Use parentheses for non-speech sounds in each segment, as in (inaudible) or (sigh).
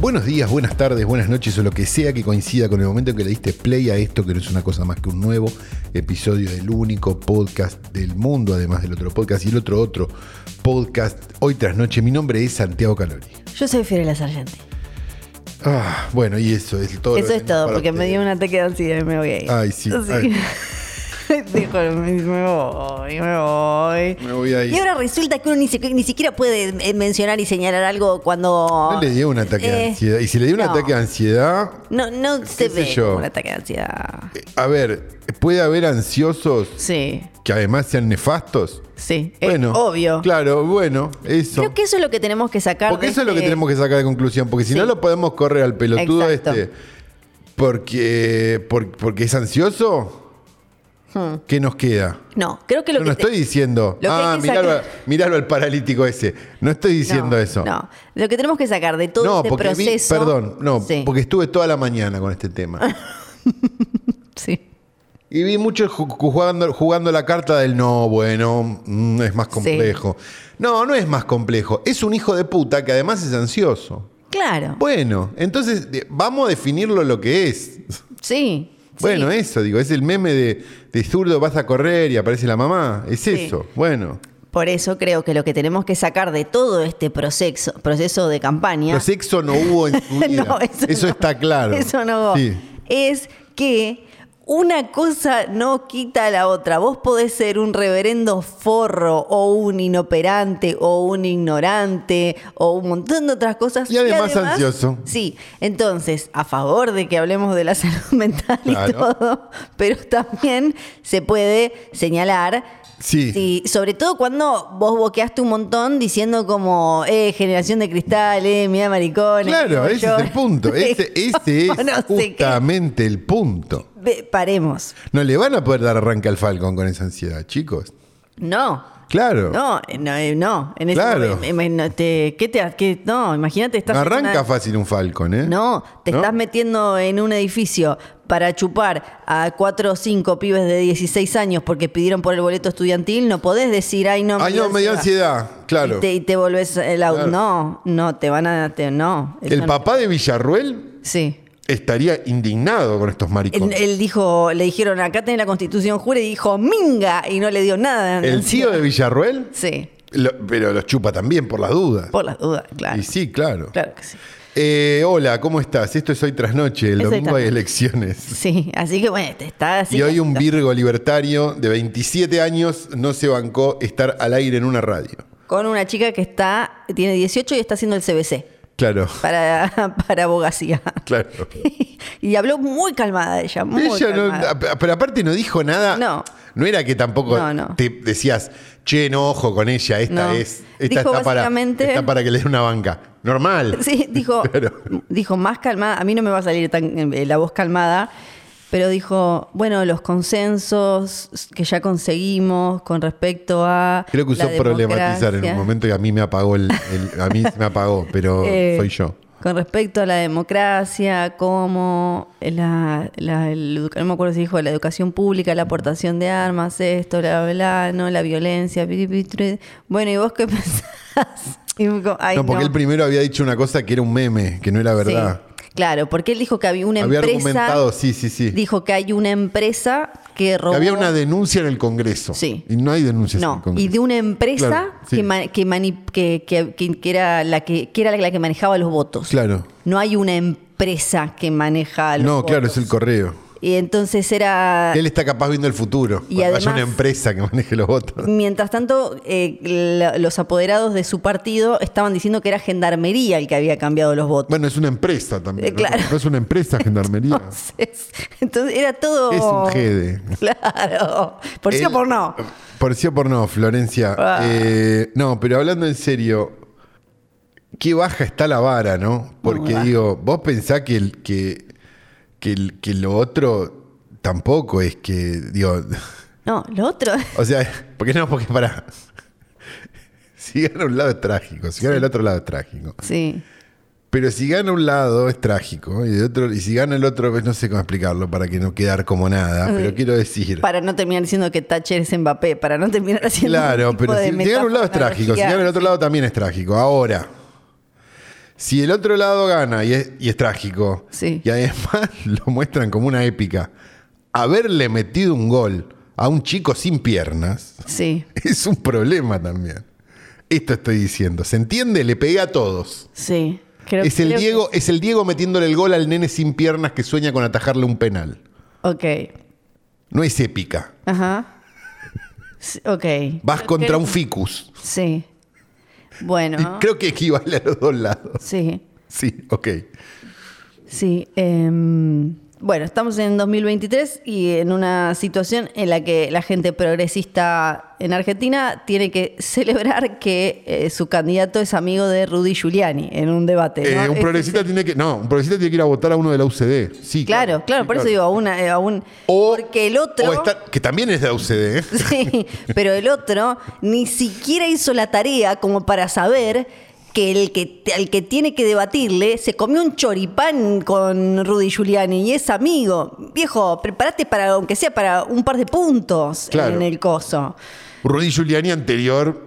Buenos días, buenas tardes, buenas noches o lo que sea que coincida con el momento en que le diste play a esto, que no es una cosa más que un nuevo episodio del único podcast del mundo, además del otro podcast y el otro otro podcast hoy tras noche. Mi nombre es Santiago Calori. Yo soy Fiorella Sargenti. Ah, bueno, y eso es todo. lo Eso que es todo, tenemos porque para me dio ustedes. un ataque de ansiedad y me voy a ir. Ay, sí, Así ay. que- (laughs) Dijo, me, me voy, me voy. Me voy a ir. Y ahora resulta que uno ni, se- ni siquiera puede eh, mencionar y señalar algo cuando... No le dio un ataque de Eh, ansiedad. Y si le dio un no. ataque de ansiedad, No, no sé se ve yo? como un ataque de ansiedad. eh, a ver, ¿puede haber ansiosos Sí, que además sean nefastos? sí. Eh, obvio. Claro, bueno, eso. Creo que eso es lo que tenemos que sacar. Porque de eso es lo que este- tenemos que sacar de conclusión, porque si Sí. no lo podemos correr al pelotudo Exacto. este, porque, por- porque es ansioso, ¿qué nos queda? No, creo que Hmm. lo Yo que... no te- estoy diciendo, lo que ah, hay que miralo, sacar- a- miralo al paralítico ese, no estoy diciendo no, eso. No, lo que tenemos que sacar de todo No, este porque vi- proceso... perdón, no, Sí, porque estuve toda la mañana con este (laughs) tema. sí. Y vi muchos ju- ju- jugando, jugando la carta del no, bueno, mm, es más complejo. No, no es más complejo. Es un hijo de puta que además es ansioso. Claro. Bueno, entonces de- vamos a definirlo lo que es. Sí. Bueno, sí. eso, digo, es el meme de, de zurdo vas a correr y aparece la mamá. Es Sí. eso, bueno. Por eso creo que lo que tenemos que sacar de todo este proceso, proceso de campaña. Pero sexo no hubo en su vida. (laughs) No, eso eso no- está claro. Eso no. Sí. Es que una cosa no quita a la otra. Vos podés ser un reverendo forro o un inoperante o un ignorante o un montón de otras cosas. Y además ansioso. Sí. Entonces, a favor de que hablemos de la (laughs) salud mental y Claro. todo, pero también se puede señalar Sí. Sí, sobre todo cuando vos boqueaste un montón diciendo como, eh, generación de cristal, eh, mira maricones. Claro, como ese yo. es el (laughs) punto. Ese, ese es No sé qué. justamente el punto. Ve, Paremos. No le van a poder dar arranque al Falcon con esa ansiedad, chicos. No. Claro. No, eh, no, eh, no. En ese Claro. momento, em, em, no, te- ¿qué te, qué- no, imagínate, estás. No en arranca una- fácil un Falcon, ¿eh? No, te ¿No? estás metiendo en un edificio para chupar a cuatro o cinco pibes de 16 años porque pidieron por el boleto estudiantil, no podés decir, ay, no, Ay, no, me dio ansiedad, claro. Y te, y te volvés el auto. Claro. No, no, te van a. te- no. El Eso no- papá de Villarruel Sí. estaría indignado con estos Él, maricones. El, él dijo, le dijeron, acá tenés la constitución jure, y dijo, minga, y no le dio nada. tío de Villarruel, Sí, lo- pero los chupa también por las dudas. por las dudas, claro. Y sí, claro. Claro que sí. Eh, hola, ¿cómo estás? Esto es hoy tras noche, el Es Hoy domingo Tras hay Noche. elecciones. Sí, así que bueno, te está así. y hoy un Virgo libertario de 27 años no se bancó estar al aire en una radio. Con una chica que está, tiene 18 y está haciendo el CBC Claro, (laughs) para, (laughs) para abogacía. claro. y habló muy calmada ella, muy Ella no- calmada. a- pero aparte no dijo nada. No. No era que tampoco No, no. te decías, che, no, ojo con ella, esta No. es. Esta Dijo está, para, básicamente- está para que le dé una banca. Normal. (laughs) Sí, (laughs) dijo, Claro. dijo más calmada. A mí no me va a salir tan eh, la voz calmada, pero dijo, bueno, los consensos que ya conseguimos con respecto a. Creo que usó la problematizar en democracia, un momento y a mí me apagó el, el- a mí se me apagó, pero (laughs) eh, soy yo. Con respecto a la democracia, como la, la- el educa- no me acuerdo si dijo la educación pública, la aportación de armas, esto, bla, bla, bla, no, la violencia, pi, pi, tri. bueno, ¿y vos qué (laughs) pensás? Y me dijo, "Ay, no, porque él primero había dicho una cosa que era un meme, que no era Sí. verdad. Claro, porque él dijo que había una había empresa. argumentado, sí, sí, sí. Que Dijo que hay una empresa que robó. había una denuncia en el Congreso. Sí. Y no hay denuncias en el No, Congreso. y de una empresa Claro, sí. que, ma- que, mani- que- que- que- que era la que, que era la que manejaba los votos. Claro. No hay una empresa que maneja los No, votos. claro, es el correo. Y entonces era. Él está capaz viendo el futuro. Y cuando haya además- una empresa que maneje los votos. Mientras tanto, eh, la- los apoderados de su partido estaban diciendo que era Gendarmería el que había cambiado los votos. Bueno, es una empresa también. Eh, ¿no? claro. No es una empresa, (laughs) gendarmería. Entonces, entonces era todo. Es un jede. Claro. Por sí o Él- por no. Por sí o por no, Florencia. Ah. Eh, no, pero hablando en serio, qué baja está la vara, ¿no? Porque baja. digo, vos pensás que, el, que, que, el- que lo otro tampoco es que, digo, (laughs) No, lo otro. (laughs) o sea, ¿por qué no? Porque para... (laughs) Si gana un lado es trágico, si gana el otro lado es trágico. Sí. Pero si gana un lado es trágico y, de otro, y si gana el otro, pues no sé cómo explicarlo para que no quedar como nada, pero Sí. quiero decir... Para no terminar diciendo que Thatcher es Mbappé, para no terminar (laughs) haciendo. Claro, ningún tipo pero de si llegar a un lado es metáfora, trágico, si llegar al analogía. otro lado también es trágico. Ahora, si el otro lado gana y es, y es trágico, Sí. y además (laughs) lo muestran como una épica, haberle metido un gol a un chico sin piernas (laughs) Sí, es un problema también. Esto estoy diciendo, ¿se entiende? Le pega a todos. sí. Creo- es, el creo que- Diego, es el Diego metiéndole el gol al nene sin piernas que sueña con atajarle un penal. Ok. No es épica. Ajá. S- Ok. Vas contra un ficus. Sí. Bueno. Y creo que equivale a los dos lados. Sí. Sí, ok. Sí. em, bueno, estamos en 2023 y en una situación en la que la gente progresista en Argentina tiene que celebrar que eh, su candidato es amigo de Rudy Giuliani en un debate. ¿no? Este, Eh, un Es- progresista tiene que. No, un progresista tiene que ir a votar a uno de la UCD. Sí. Claro, claro, sí, por eso digo, a, una, eh, a un. O- porque el otro. o está- que también es de la UCD, ¿eh? (laughs) Sí, pero el otro ni siquiera hizo la tarea como para saber que el que al que tiene que debatirle se comió un choripán con Rudy Giuliani y es amigo. Viejo, prepárate para aunque sea para un par de puntos Claro. en el coso. Rudy Giuliani anterior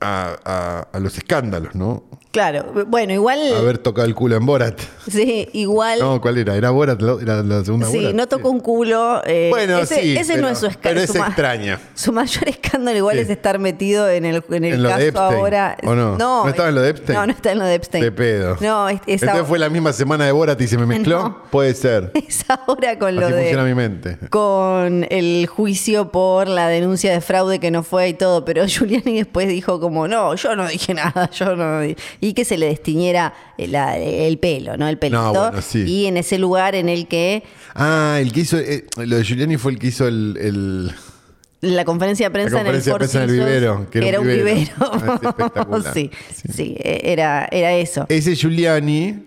a, a- a los escándalos, ¿no? Claro, bueno, igual Haber tocado el culo en Borat. sí, igual No, ¿cuál era? Era Borat, la- era la segunda Sí, Borat. no tocó un culo. eh, Bueno, ese, sí, ese pero- no es su escándalo. pero es extraña. Su mayor (laughs) escándalo igual Sí. es estar metido en el, en el En lo de caso Epstein, ahora. ¿o no? ¿No estaba en lo de Epstein? No, no está en lo de Epstein. De pedo. No, es, es ahora, Entonces fue la misma semana de Borat y se me mezcló. (laughs) No. Puede ser. es ahora con lo Así funciona mi de. mente. Con el juicio por la denuncia de fraude que no fue y todo, pero (laughs) Giuliani después dijo como, no, yo no dije nada, (laughs) yo no di-". Y que se le destiñera el, el pelo, ¿no? El pelito. bueno, sí. Y en ese lugar en el que Ah, el que hizo. eh, lo de Giuliani fue el que hizo el- el La conferencia de prensa La conferencia en de el Four prensa en el Seasons vivero, que era un vivero. Ah, es espectacular. (laughs) sí, Sí. sí, e- era, era eso. Ese Giuliani,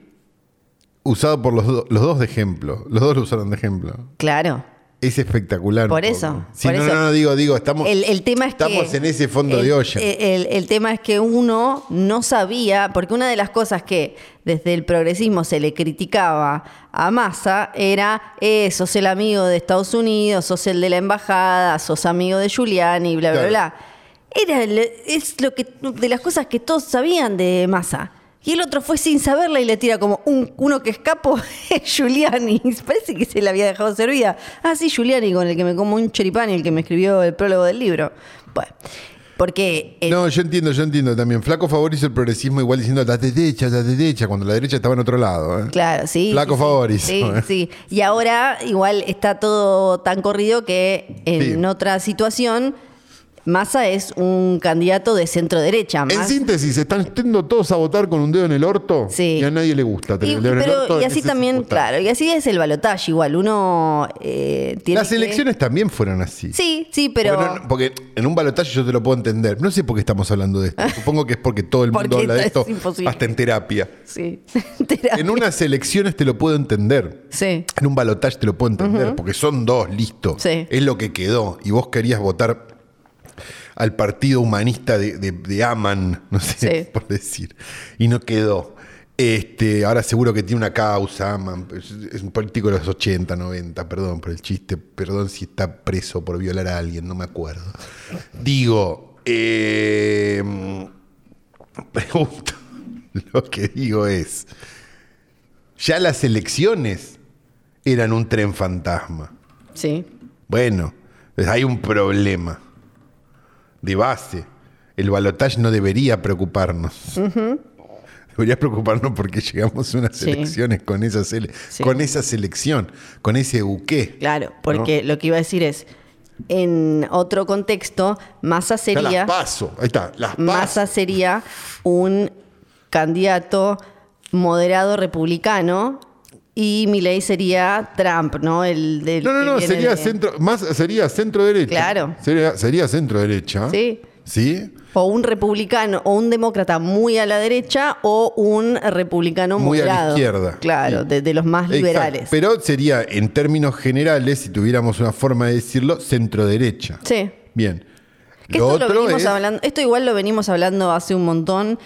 usado por los, do- los dos de ejemplo, los dos lo usaron de ejemplo. Claro. Es espectacular. Por un eso, poco. Sí, por no, eso. no, no, digo, digo, estamos, El, el tema es que. estamos en ese fondo el- eh, de olla. El, el tema es que uno no sabía, porque una de las cosas que desde el progresismo se le criticaba a Massa era: eh, sos el amigo de Estados Unidos, sos el de la embajada, sos amigo de Giuliani, bla, bla, Claro. bla. Era el- es lo que de las cosas que todos sabían de Massa. Y el otro fue sin saberla y le tira como un, uno que escapó (laughs) es Giuliani. (laughs) Parece que se le había dejado servida. Ah, sí, Giuliani, con el que me como un choripán y el que me escribió el prólogo del libro. Bueno, porque eh, no, yo entiendo, yo entiendo también. Flaco Favor hizo el progresismo igual diciendo la derecha, la derecha, cuando la derecha estaba en otro lado. ¿eh? Claro, sí. Flaco sí, sí. favor hizo, Sí, eh. sí. Y ahora igual está todo tan corrido que en Sí. otra situación Massa es un candidato de centro derecha. (laughs) En síntesis, están yendo todos a votar con un dedo en el orto Sí. y a nadie le gusta tener Y, el dedo en el pero- orto. y en así ese también, circunstancia. claro, y así es el balotaje igual. Uno eh, tiene Las que- elecciones también fueron así. Sí, sí, pero... Porque, no- porque en un balotaje yo te lo puedo entender. No sé por qué estamos hablando (laughs) de esto. Supongo que es porque todo el mundo Porque habla de esto esto es imposible. hasta en (laughs) terapia. Sí. En unas elecciones te lo puedo entender. Sí, En un balotaje te lo puedo entender, porque son dos, listo. Sí. Es lo que quedó. Y vos querías votar al partido humanista de, de- de Aman, (laughs) no sé, Sí. por decir. Y no quedó. Este, ahora seguro que tiene una causa, Aman. Es, es un político de los 80, 90, perdón por el chiste, perdón si está preso por violar a alguien, no me acuerdo. Digo, eh, (laughs) pregunto, (laughs) lo que digo es, ya las elecciones eran un tren fantasma. sí. Bueno, pues hay un problema de base. El balotaje no debería preocuparnos. Debería preocuparnos porque llegamos a unas Sí. elecciones con, esa sele- Sí. con esa selección, con ese buque. Claro, porque lo que iba a decir es, en otro contexto, Massa Ya sería... las paso. Ahí está, las paso. Massa sería un candidato moderado republicano y Milei sería Trump, ¿no? El del No, no, que no, viene sería de- centro, más sería centro derecha. Claro. Sería, sería centro derecha. Sí. ¿Sí? O un republicano o un demócrata muy a la derecha o un republicano Muy a la moderado. izquierda. Claro, de, de los más Exacto. liberales. Pero sería, en términos generales, si tuviéramos una forma de decirlo, centro-derecha. Sí. Bien. Que Lo esto, lo otro venimos es- hablando, esto igual lo venimos hablando hace un montón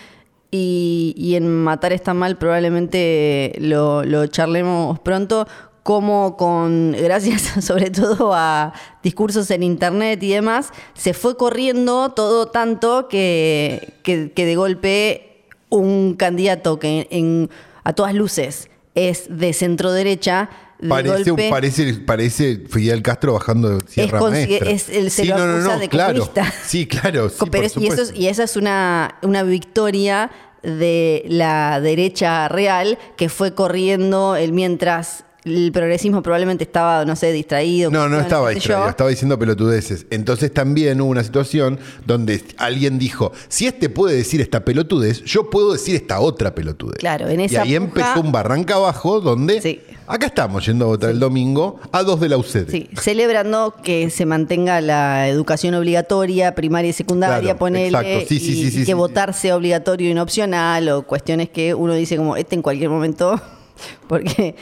y, y en Matar está mal probablemente lo, lo charlemos pronto, como con, gracias (laughs) sobre todo a discursos en internet y demás, se fue corriendo todo tanto que, que- que de golpe un candidato que en- a todas luces es de centro derecha, de Parece, un- golpe... parece, parece Fidel Castro bajando de Sierra consi- Maestra. es el- se lo acusa de claro. comunista. Sí, claro. sí, Co- (laughs) pero por es- y, eso es- supuesto. y esa es una, una victoria de la derecha real que fue corriendo el mientras el progresismo probablemente estaba, no sé, distraído. No, no cuestiones, estaba qué sé yo. distraído, estaba diciendo pelotudeces. Entonces también hubo una situación donde alguien dijo, si este puede decir esta pelotudez, yo puedo decir esta otra pelotudez. Claro, en esa Y ahí puja- empezó un barranca abajo donde Sí. acá estamos yendo a votar el domingo a dos de la UCD. Sí, celebrando que se mantenga la educación obligatoria, primaria y secundaria, Claro, ponele, exacto. Sí, sí, y- sí, y sí, que sí, votar sea obligatorio y no opcional, o cuestiones que uno dice como, este en cualquier momento, (laughs) porque... eh,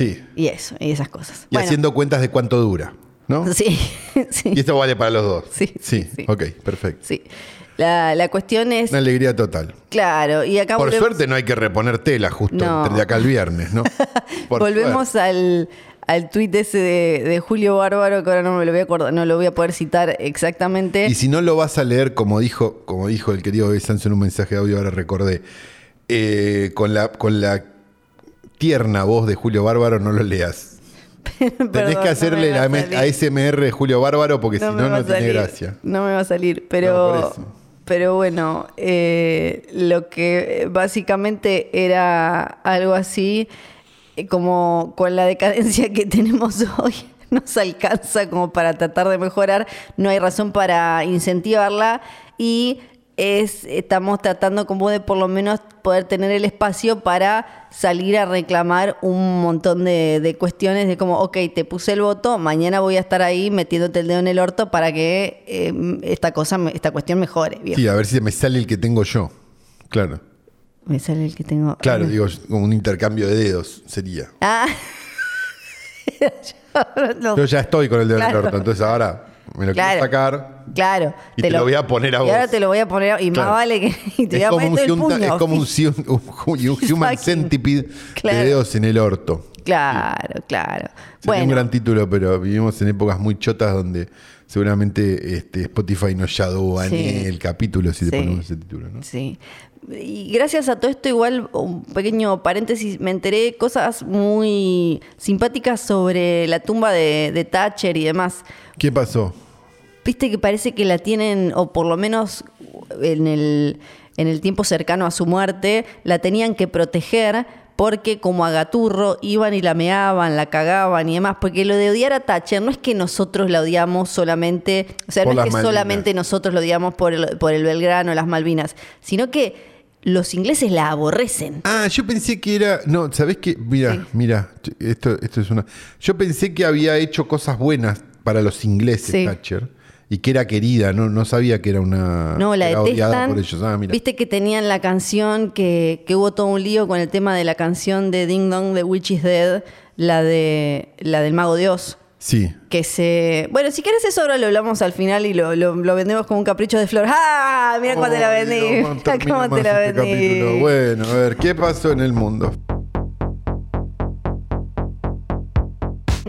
Sí. Y eso, y esas cosas. Y Bueno, haciendo cuentas de cuánto dura, ¿no? (laughs) Sí, sí. Y esto vale para los dos. Sí, Sí, sí. ok, perfecto. Sí. La, la cuestión es, Una alegría total. claro, y acá Por volve- suerte no hay que reponer tela justo No. entre de acá al viernes, (laughs) ¿no? Por volvemos suerte. al, al tuit ese de, de Julio Bárbaro, que ahora no me lo voy a acordar, no lo voy a poder citar (laughs) exactamente. Y si no lo vas a leer, como dijo, como dijo el querido Bebe Sanz en un mensaje de audio, ahora recordé, eh, con, la, con la tierna voz de Julio Bárbaro, no lo leas. Tenés Perdón, que no hacerle me va la a M- salir. ASMR de Julio Bárbaro, porque si me no, va a no tiene salir. gracia. No me va a salir, No, pero, por eso. pero bueno, eh, lo que básicamente era algo así, eh, como con la decadencia que (laughs) tenemos hoy, nos alcanza como para tratar de mejorar, no hay razón para incentivarla y es, estamos tratando como de por lo menos poder tener el espacio para salir a reclamar un montón de, de cuestiones de como, ok, te puse el voto, mañana voy a estar ahí metiéndote el dedo en el orto para que eh, esta cosa, me- esta cuestión mejore. viejo". Sí, a ver si me sale el que tengo yo. Claro. Me sale el que tengo. Claro, digo, como un intercambio de dedos sería. Ah. (laughs) Yo no- Yo ya estoy con el dedo en el Oh. Claro. orto, entonces ahora me lo Claro. quiero sacar. Claro. Y te lo voy a poner a y vos. ahora te lo voy a poner a- Y Claro. más vale que. (laughs) Y te voy Es a como, un, poner todo el ciunta- puño. es como un, ciun- un- un human Fucking. centipede de Claro. dedos en el orto. Claro, claro. Sería Bueno. un gran título, pero vivimos en épocas muy chotas donde seguramente este, Spotify nos yadó Sí. el capítulo si le Sí. ponemos ese título, ¿no? Sí. Y gracias a todo esto, igual, un pequeño paréntesis, me enteré cosas muy simpáticas sobre la tumba de, de Thatcher y demás. ¿Qué pasó? Viste que parece que la tienen, o por lo menos en el, en el tiempo cercano a su muerte, la tenían que proteger porque como a Gaturro iban y la meaban, la cagaban y demás, porque lo de odiar a Thatcher no es que nosotros la odiamos solamente, o sea, Por no las es que Malvinas. solamente nosotros lo odiamos por el, por el Belgrano, las Malvinas, sino que los ingleses la aborrecen. Ah, yo pensé que era. No, ¿sabés qué? Mira, mira, esto, esto es una. Yo pensé que había hecho cosas buenas para los ingleses, Sí. Thatcher. Y que era querida, no, no sabía que era una. No, la era odiada Ah, detestan. por ellos. Ah, mira. Viste que tenían la canción que, que hubo todo un lío con el tema de la canción de Ding Dong de Witch is Dead, la de la del Mago Dios. Sí. Que se. Bueno, si querés eso ahora lo hablamos al final y lo, lo- lo vendemos como un capricho de flor. ¡Ah! Mira cómo te la Ay, vendí. (laughs) no, Mirá termino cómo te más la este capítulo. vendí. Bueno, a ver, ¿qué pasó en el mundo?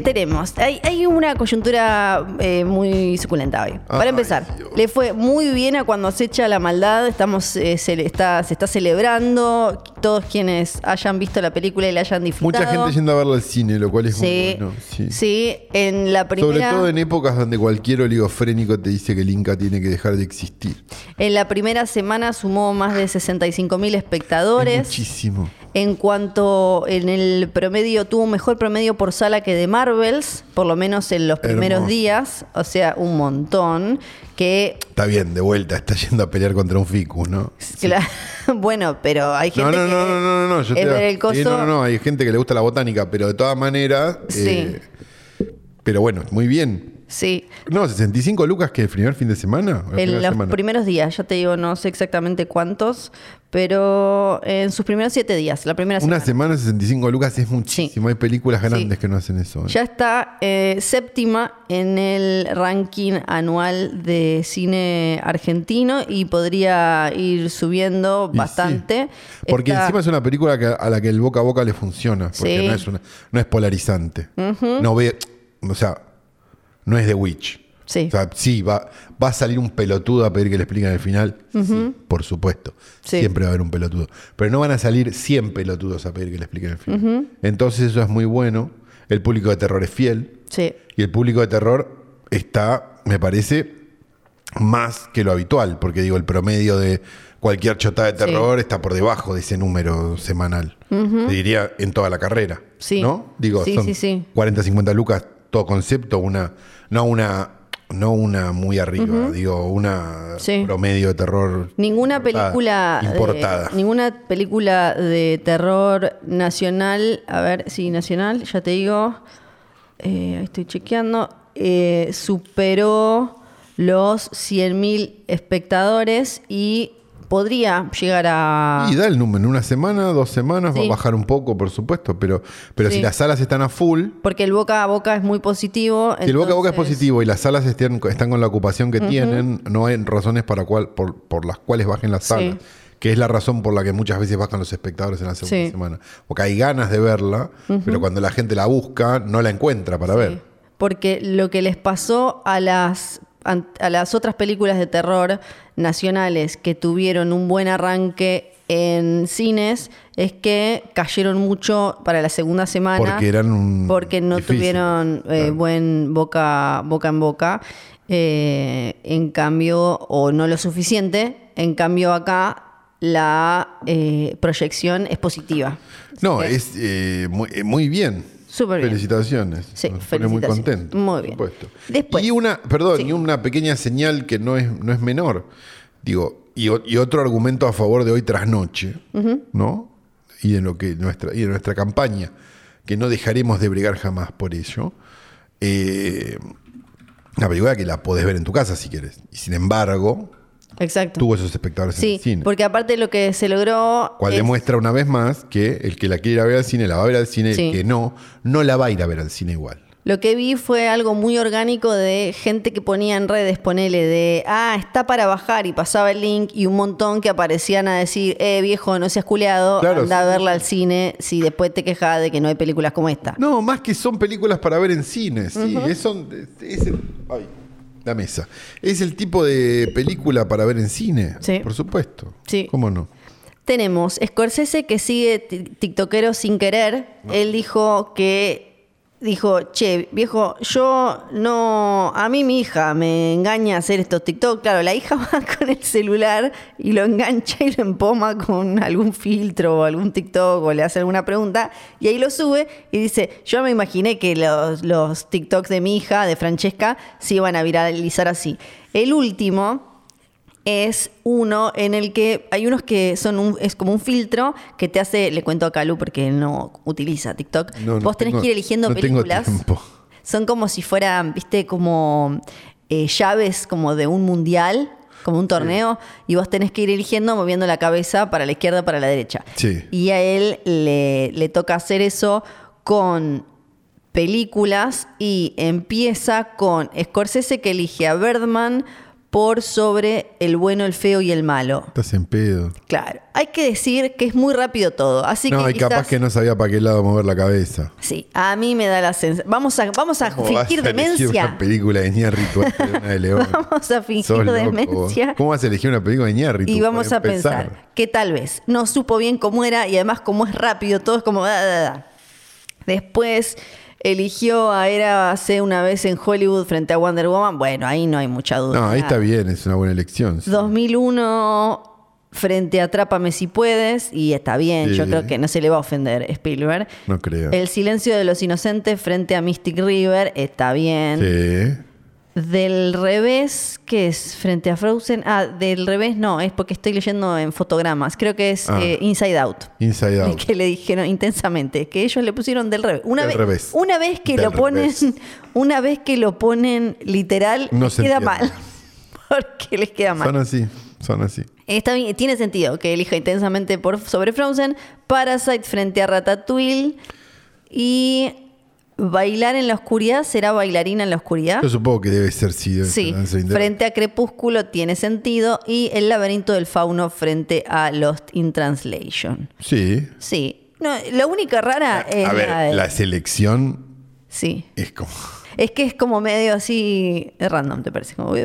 Tenemos. Hay, hay una coyuntura eh, muy suculenta hoy. Para Ay, empezar, Dios. le fue muy bien a cuando acecha la maldad. Estamos, eh, se, le está, se está celebrando. Todos quienes hayan visto la película y la hayan disfrutado. Mucha gente yendo a verlo al cine, lo cual es Sí, muy bueno. Sí. sí, en la Sobre primera, todo en épocas donde cualquier oligofrénico te dice que el Inca tiene que dejar de existir. en la primera semana sumó más de 65 mil Es espectadores. muchísimo. En cuanto en el promedio, tuvo un mejor promedio por sala que de Marvels, por lo menos en los primeros Hermoso. días, o sea, un montón, que Está bien, de vuelta, está yendo a pelear contra un ficus, ¿no? claro, (laughs) bueno, pero hay No, gente no, no, que no, no, no, no, yo es te- del coso, sí, no, no, no, hay gente que le gusta la botánica, pero de todas maneras. Sí. eh, pero bueno, muy bien. Sí, No, 65 lucas que el primer fin de semana. o la en primera los semana. primeros días, ya te digo, no sé exactamente cuántos, pero en sus primeros siete días, la primera Una semana. semana 65 lucas es muchísimo. Hay películas grandes Sí. que no hacen eso. ¿eh? Ya está eh, séptima en el ranking anual de cine argentino y podría ir subiendo Y sí. bastante. Porque Está- encima es una película que- a la que el boca a boca le funciona. Porque Sí. no, es una, no es polarizante. No ve. O sea, no es The Witch. Sí. O sea, sí, va, va a salir un pelotudo a pedir que le expliquen el final. Sí, por supuesto. Sí. Siempre va a haber un pelotudo. Pero no van a salir 100 pelotudos a pedir que le expliquen el final. Entonces, eso es muy bueno. El público de terror es fiel. Sí, Y el público de terror está, me parece, más que lo habitual, porque digo, el promedio de cualquier chota de terror está por debajo de ese número semanal. Te diría en toda la carrera. Sí. ¿No? Digo, Sí, son sí, sí. 40, 50 lucas, todo concepto, una, no una, no una muy arriba, digo, una Sí. promedio de terror. Ninguna importada, película de- importada. ninguna película de terror nacional, a ver, sí, nacional, ya te digo, eh, ahí estoy chequeando, eh, superó los 100.000 espectadores y podría llegar a... Y da el número, en una semana, dos semanas, va Sí. a bajar un poco, por supuesto, pero, pero si Sí. las salas están a full, Porque el boca a boca es muy positivo. Si el boca a boca es entonces- positivo y las salas estén- están con la ocupación que tienen, no hay razones para cual, por, por las cuales bajen las Sí. salas. Que es la razón por la que muchas veces bajan los espectadores en la segunda Sí. semana. Porque hay ganas de verla, pero cuando la gente la busca, no la encuentra para ver. Porque lo que les pasó a las, an- a las otras películas de terror nacionales que tuvieron un buen arranque en cines es que cayeron mucho para la segunda semana. Porque eran un- Porque no difíciles, tuvieron eh, claro. buen boca, boca en boca. eh, en cambio, o no lo suficiente. En cambio, acá la eh, proyección es positiva. No, Sí. es eh, muy, eh, muy bien. Súper bien. Felicitaciones. Sí, Nos pone muy felicitaciones. contento. Muy por bien. supuesto. Después. Y una, perdón, Sí. y una pequeña señal que no es, no es menor. Digo, y, o- y otro argumento a favor de hoy tras noche, ¿no? Y de lo que nuestra, y de nuestra campaña, que no dejaremos de brigar jamás por ello. Eh, una película que la podés ver en tu casa si quieres. Y sin embargo, Exacto. tuvo esos espectadores en Sí, el cine. porque aparte lo que se logró. Cual es- demuestra una vez más que el que la quiere ir a ver al cine la va a ver al cine, Sí. el que no, no la va a ir a ver al cine igual. Lo que vi fue algo muy orgánico de gente que ponía en redes, ponele de, ah, está para bajar y pasaba el link y un montón que aparecían a decir, eh, viejo, no seas culeado, Claro, anda a sí. verla al cine si después te quejas de que no hay películas como esta. No, más que son películas para ver en cine, sí. es, son- es el, ay, la mesa. Es el tipo de película para ver en cine, Sí. por supuesto. Sí. ¿Cómo no? Tenemos Scorsese que sigue ti- tiktokero sin querer. Él dijo que dijo, "Che, viejo, yo no a mí mi hija me engaña a hacer estos TikTok." Claro, la hija (laughs) va con el celular y lo engancha y lo empoma con algún filtro o algún TikTok o le hace alguna pregunta y ahí lo sube y dice, "Yo me imaginé que los los TikToks de mi hija, de Francesca, se iban a viralizar así." El último es uno en el que hay unos que son un, es como un filtro que te hace, le cuento a Calu porque él no utiliza TikTok, No, no vos tenés tengo- que ir eligiendo no tengo películas. tiempo. Son como si fueran, viste, como eh, llaves como de un mundial, como un torneo, y vos tenés que ir eligiendo, moviendo la cabeza para la izquierda, para la derecha. Sí. Y a él le, le toca hacer eso con películas y empieza con Scorsese que elige a Birdman por sobre el bueno, el feo y el malo. Estás en pedo. Claro, hay que decir que es muy rápido todo, así no, que y capaz quizás- que no sabía para qué lado mover la cabeza. Sí, a mí me da la sensación. Vamos a, vamos a ¿Cómo vas fingir a elegir Una demencia. película de Ñarrito antes de una de León. (laughs) Vamos a fingir Sos loco, vos. demencia. ¿Cómo vas a elegir una película de Ñarrito? Y vamos Para a pensar empezar. que tal vez no supo bien cómo era y además como es rápido, todo es como... da, da, da. Después eligió a Era hace una vez en Hollywood frente a Wonder Woman. Bueno, ahí no hay mucha duda. No, ahí está bien, es una buena elección. sí. 2001 frente a Trápame si puedes y está bien, yo Sí. creo que no se le va a ofender Spielberg. No creo. El silencio de los inocentes frente a Mystic River está bien. Sí. Del revés, ¿qué es? Frente a Frozen. Ah, del revés no, es porque estoy leyendo en fotogramas. Creo que es Ah. eh, Inside Out. Inside Out. (laughs) Que le dijeron intensamente, que ellos le pusieron del revés. Una, Del vez, revés. una vez que Del lo ponen, revés. (laughs) una vez que lo ponen literal, No les se queda entiende. mal. (laughs) Porque les queda mal. Son así, son así. Está bien, tiene sentido que elija intensamente por sobre Frozen, Parasite frente a Ratatouille y bailar en la oscuridad será bailarina en la oscuridad. Yo supongo que debe ser sí. debe Sí, ser Danza in the Dark. frente a Crepúsculo tiene sentido y el laberinto del fauno frente a Lost in Translation. Sí. Sí, no, la única rara es A la de- ver, la selección sí, es como. es que es como medio así random, te parece como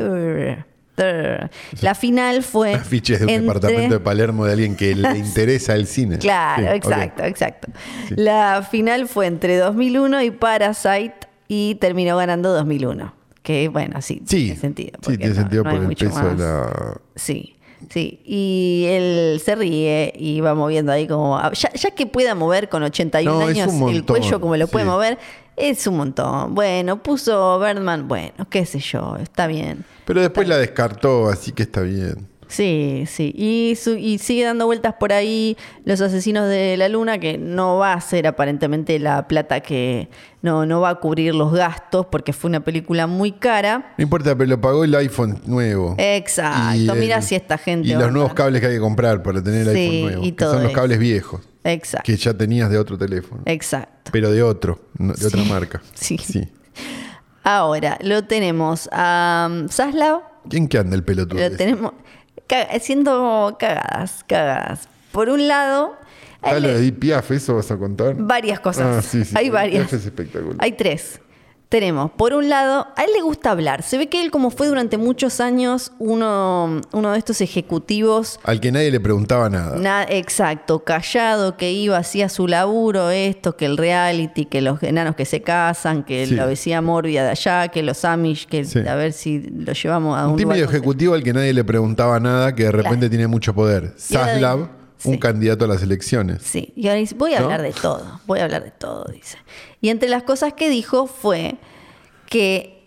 la final (laughs) fue Afiches de un Eh, entre- departamento de Palermo de alguien que (laughs) le interesa el cine. Claro, Sí, ok. exacto, exacto. La final fue entre 2001 y Parasite y terminó ganando 2001. Que bueno, sí, Sí, tiene sentido. sí, porque tiene no- sentido no hay por el mucho peso de más. la. Sí, sí. Y él se ríe y va moviendo ahí como... ah, Ya, ya que pueda mover con 81 No, es años un el montón, cuello como lo puede sí. mover, es un montón. Bueno, puso Birdman, bueno, qué sé yo, está bien. Pero después la descartó, así que está bien. Sí, sí. Y, su- y sigue dando vueltas por ahí los asesinos de la luna, que no va a ser aparentemente la plata que no, no va a cubrir los gastos, porque fue una película muy cara. No importa, pero lo pagó el iPhone nuevo. Exacto. el- Mira si esta gente. Y va los a- nuevos cables que hay que comprar para tener el Sí, iPhone nuevo. y que todo son los eso. cables viejos Exacto. que ya tenías de otro teléfono. Exacto. Pero de otro, no- de otra marca. (laughs) sí. Ahora, lo tenemos a um, Zaslav, ¿Quién que anda el pelotudo? lo ese? tenemos ca- haciendo cagadas, cagadas. Por un lado, a Ah, él lo le- de Edith Piaf, ¿eso vas a contar? Varias cosas. Ah, sí, sí. Hay El varias. café es espectacular. Hay tres. Tenemos, por un lado, a él le gusta hablar. Se ve que él, como fue durante muchos años uno, uno de estos ejecutivos, Al que nadie le preguntaba nada. na- exacto, callado, que iba, hacía su laburo, esto, que el reality, que los enanos que se casan, que Sí. la obesidad mórbida de allá, que los Amish, que Sí. a ver si lo llevamos a un un tímido lugar donde- ejecutivo al que nadie le preguntaba nada, que de repente tiene mucho poder. Y ahora de- Zaslav, un sí. candidato a las elecciones. Sí, y ahora dice, voy a ¿No? hablar de todo, voy a hablar de todo, dice. Y entre las cosas que dijo fue que,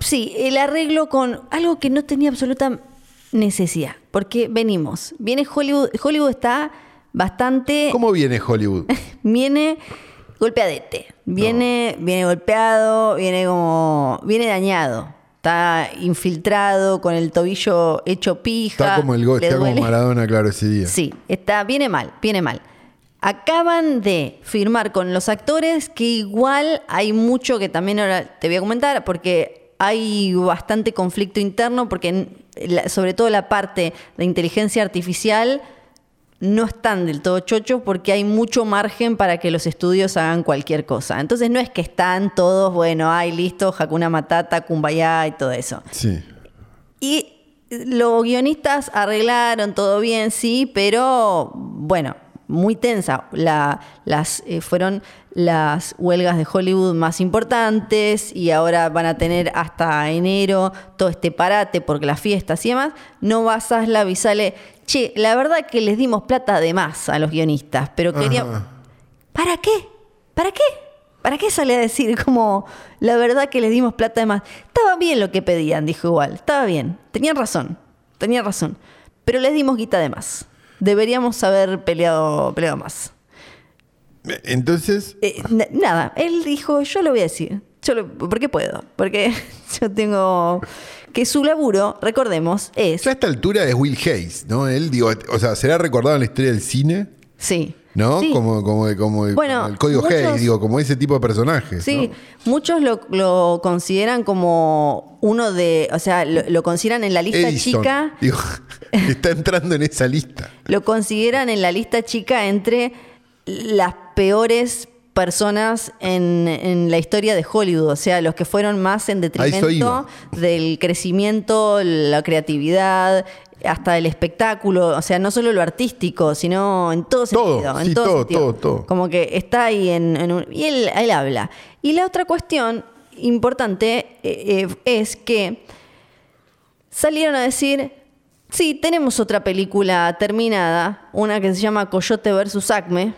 sí, el arreglo con algo que no tenía absoluta necesidad, porque venimos, viene Hollywood, Hollywood está bastante, ¿Cómo viene (laughs) Hollywood? viene golpeadete, viene, viene golpeado, viene como, viene dañado. Está infiltrado, con el tobillo hecho pija. Está como el go- Ah, le está como duele. Maradona, claro, ese día. Sí, está, viene mal, viene mal. Acaban de firmar con los actores que igual hay mucho que también ahora te voy a comentar porque hay bastante conflicto interno porque en- la- sobre todo la parte de inteligencia artificial no están del todo chochos porque hay mucho margen para que los estudios hagan cualquier cosa. Entonces no es que están todos, bueno, ay, listo, Hakuna Matata, Kumbaya y todo eso. Sí. Y los guionistas arreglaron todo bien, sí, pero bueno, muy tensa. La- las, eh, fueron las huelgas de Hollywood más importantes y ahora van a tener hasta enero todo este parate porque las fiestas y demás. No vas a la avisale, che, la verdad que les dimos plata de más a los guionistas, pero queríamos... Ajá. ¿Para qué? ¿Para qué? ¿Para qué sale a decir como la verdad que les dimos plata de más? Estaba bien lo que pedían, dijo igual. Estaba bien. Tenían razón. Tenían razón. Pero les dimos guita de más. Deberíamos haber peleado, peleado más. Entonces, Eh, na- nada, él dijo, yo lo voy a decir. Yo lo- porque puedo. Porque (laughs) yo tengo... Que su laburo, recordemos, es... ya a esta altura es Will Hayes, ¿no? Él, digo, o sea, será recordado en la historia del cine, Sí. ¿no? Sí. Como, como, como, Bueno, como el código muchos- Hayes, digo, como ese tipo de personajes. Sí, ¿no? muchos lo, lo consideran como uno de, o sea, lo, lo consideran en la lista Edison, chica, digo, (laughs) está entrando en esa lista. lo consideran en la lista chica entre las peores personas en, en la historia de Hollywood, o sea, los que fueron más en detrimento iba. del crecimiento, la creatividad, hasta el espectáculo, o sea, no solo lo artístico, sino en todo Todo, sentido. en sí, todo, todo, sentido. todo, todo. Como que está ahí en, en un- y él, él habla. Y la otra cuestión importante eh, eh, es que salieron a decir, sí, tenemos otra película terminada, una que se llama Coyote versus Acme.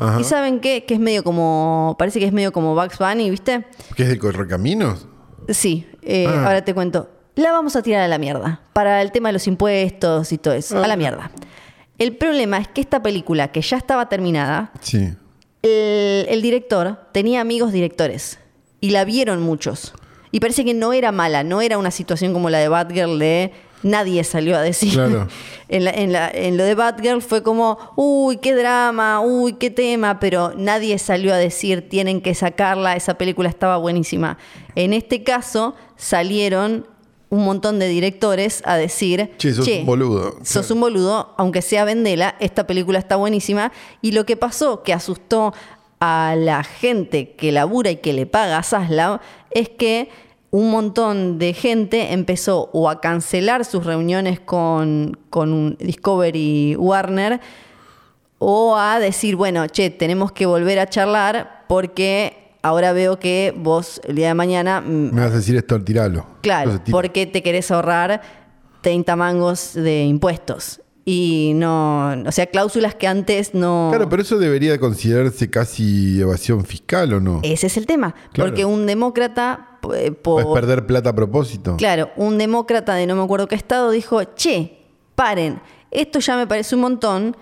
Ajá. ¿Y saben qué? Que es medio como, parece que es medio como Bugs Bunny, ¿viste? ¿Qué es de Correcaminos? Sí, eh, Ah. ahora te cuento. La vamos a tirar a la mierda. Para el tema de los impuestos y todo eso. Ah. A la mierda. El problema es que esta película, que ya estaba terminada, Sí. el, eh, el director tenía amigos directores y la vieron muchos. Y parece que no era mala, no era una situación como la de Batgirl de nadie salió a decir. Claro. (laughs) en, la- en la- en lo de Batgirl fue como, uy, qué drama, uy, qué tema, pero nadie salió a decir, tienen que sacarla, esa película estaba buenísima. En este caso salieron un montón de directores a decir, Che, sos un boludo. Sos un boludo, aunque sea Vendela, esta película está buenísima. Y lo que pasó que asustó a la gente que labura y que le paga a Zaslav es que un montón de gente empezó o a cancelar sus reuniones con, con un Discovery Warner o a decir, bueno, che, tenemos que volver a charlar porque ahora veo que vos el día de mañana mm, Me vas a decir esto, tiralo. Claro, Entonces, tira. porque te querés ahorrar 30 mangos de impuestos. Y no, o sea, cláusulas que antes no... Claro, pero eso debería considerarse casi evasión fiscal, ¿o no? Ese es el tema, Claro. Pues, porque un demócrata, eh, ¿O es por, perder plata a propósito? Claro, un demócrata de no me acuerdo qué estado dijo, che, paren, esto ya me parece un montón,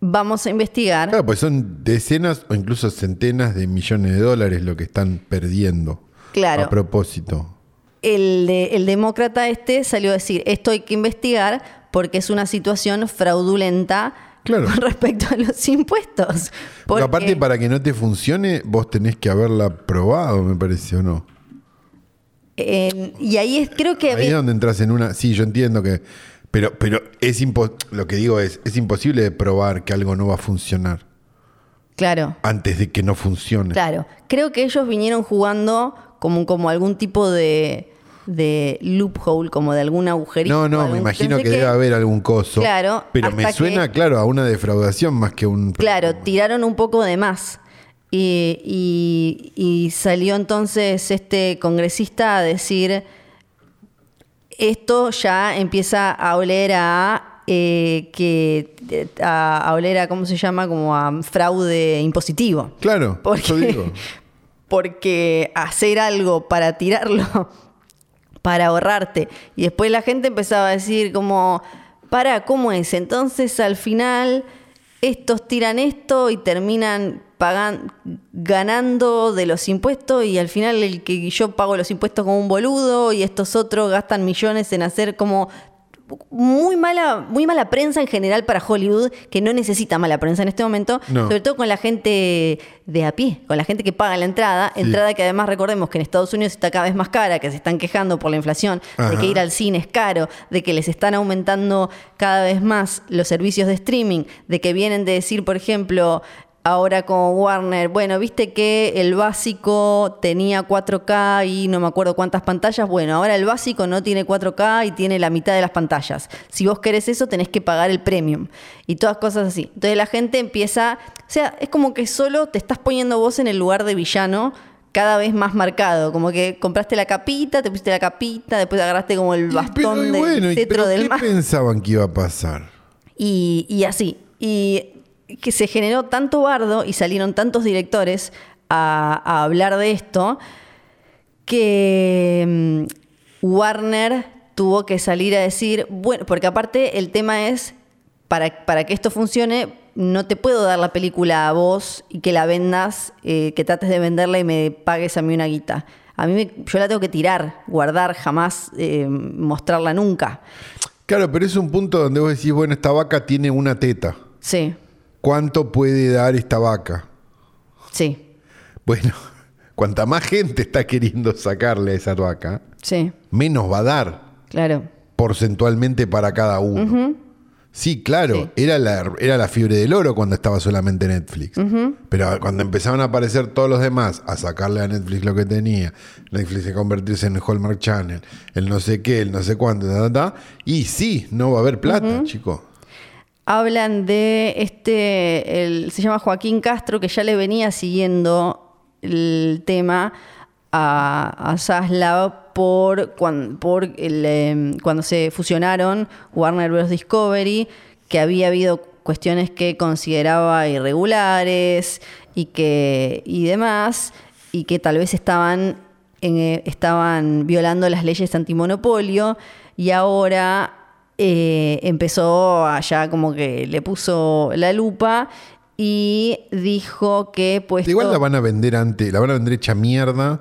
vamos a investigar. Claro, pues son decenas o incluso centenas de millones de dólares lo que están perdiendo. Claro. A propósito. el, de- el demócrata este salió a decir, esto hay que investigar porque es una situación fraudulenta Claro. con (laughs) respecto a los impuestos. Porque aparte, Porque- para que no te funcione, vos tenés que haberla probado, me parece, ¿o no? Eh, y ahí es, creo que Ahí es había- donde entras en una. Sí, yo entiendo que. Pero, pero es impo- lo que digo es, es imposible de probar que algo no va a funcionar Claro, antes de que no funcione. claro. Creo que ellos vinieron jugando como, como algún tipo de, de loophole, como de algún agujerito. No, no, algún- me imagino pensé que, debe haber algún coso. Claro, Pero me hasta suena, que- claro, a una defraudación más que un. Claro, tiraron un poco de más. Y, y- y salió entonces este congresista a decir, esto ya empieza a oler a... eh, que a, a oler a, ¿cómo se llama? Como a fraude impositivo. Claro, eso (laughs) Porque, digo. porque hacer algo para tirarlo, (laughs) para ahorrarte. Y después la gente empezaba a decir como, para, ¿cómo es? Entonces al final estos tiran esto y terminan pagan, ganando de los impuestos y al final el que yo pago los impuestos como un boludo y estos otros gastan millones en hacer como muy mala muy mala prensa en general para Hollywood que no necesita mala prensa en este momento No. sobre todo con la gente de a pie con la gente que paga la entrada Sí. entrada que además recordemos que en Estados Unidos está cada vez más cara que se están quejando por la inflación de Ajá. que ir al cine es caro de que les están aumentando cada vez más los servicios de streaming de que vienen de decir por ejemplo Ahora con Warner, bueno, viste que el básico tenía 4K y no me acuerdo cuántas pantallas. Bueno, ahora el básico no tiene 4K y tiene la mitad de las pantallas. Si vos querés eso, tenés que pagar el premium y todas cosas así. Entonces la gente empieza, o sea, es como que solo te estás poniendo vos en el lugar de villano cada vez más marcado, como que compraste la capita, te pusiste la capita, después agarraste como el Y bastón y del y- cetro pero del ¿qué mar pensaban que iba a pasar? y, y así. Y que se generó tanto bardo y salieron tantos directores a, a hablar de esto que mm, Warner tuvo que salir a decir, bueno, porque aparte el tema es, para, para que esto funcione, no te puedo dar la película a vos y que la vendas, eh, que trates de venderla y me pagues a mí una guita. A mí me- yo la tengo que tirar, guardar, jamás eh, mostrarla nunca. Claro, pero es un punto donde vos decís, bueno, esta vaca tiene una teta. Sí, ¿Cuánto puede dar esta vaca? sí. Bueno, (laughs) cuanta más gente está queriendo sacarle a esa vaca, Sí, menos va a dar claro. porcentualmente para cada uno. Sí, claro, Era, la, era la fiebre del oro cuando estaba solamente Netflix. Pero cuando empezaron a aparecer todos los demás a sacarle a Netflix lo que tenía, Netflix a convertirse en el Hallmark Channel, el no sé qué, el no sé cuánto, ta, ta, ta, y sí, no va a haber plata, chico. Hablan de este, el- se llama Joaquín Castro, que ya le venía siguiendo el tema a, a Zaslav por, cuan- por el, em, cuando se fusionaron Warner Bros. Discovery, que había habido cuestiones que consideraba irregulares y que y demás, y que tal vez estaban eh, estaban violando las leyes antimonopolio y ahora eh, empezó allá como que le puso la lupa y dijo que pues... Igual la van a vender antes, la van a vender hecha mierda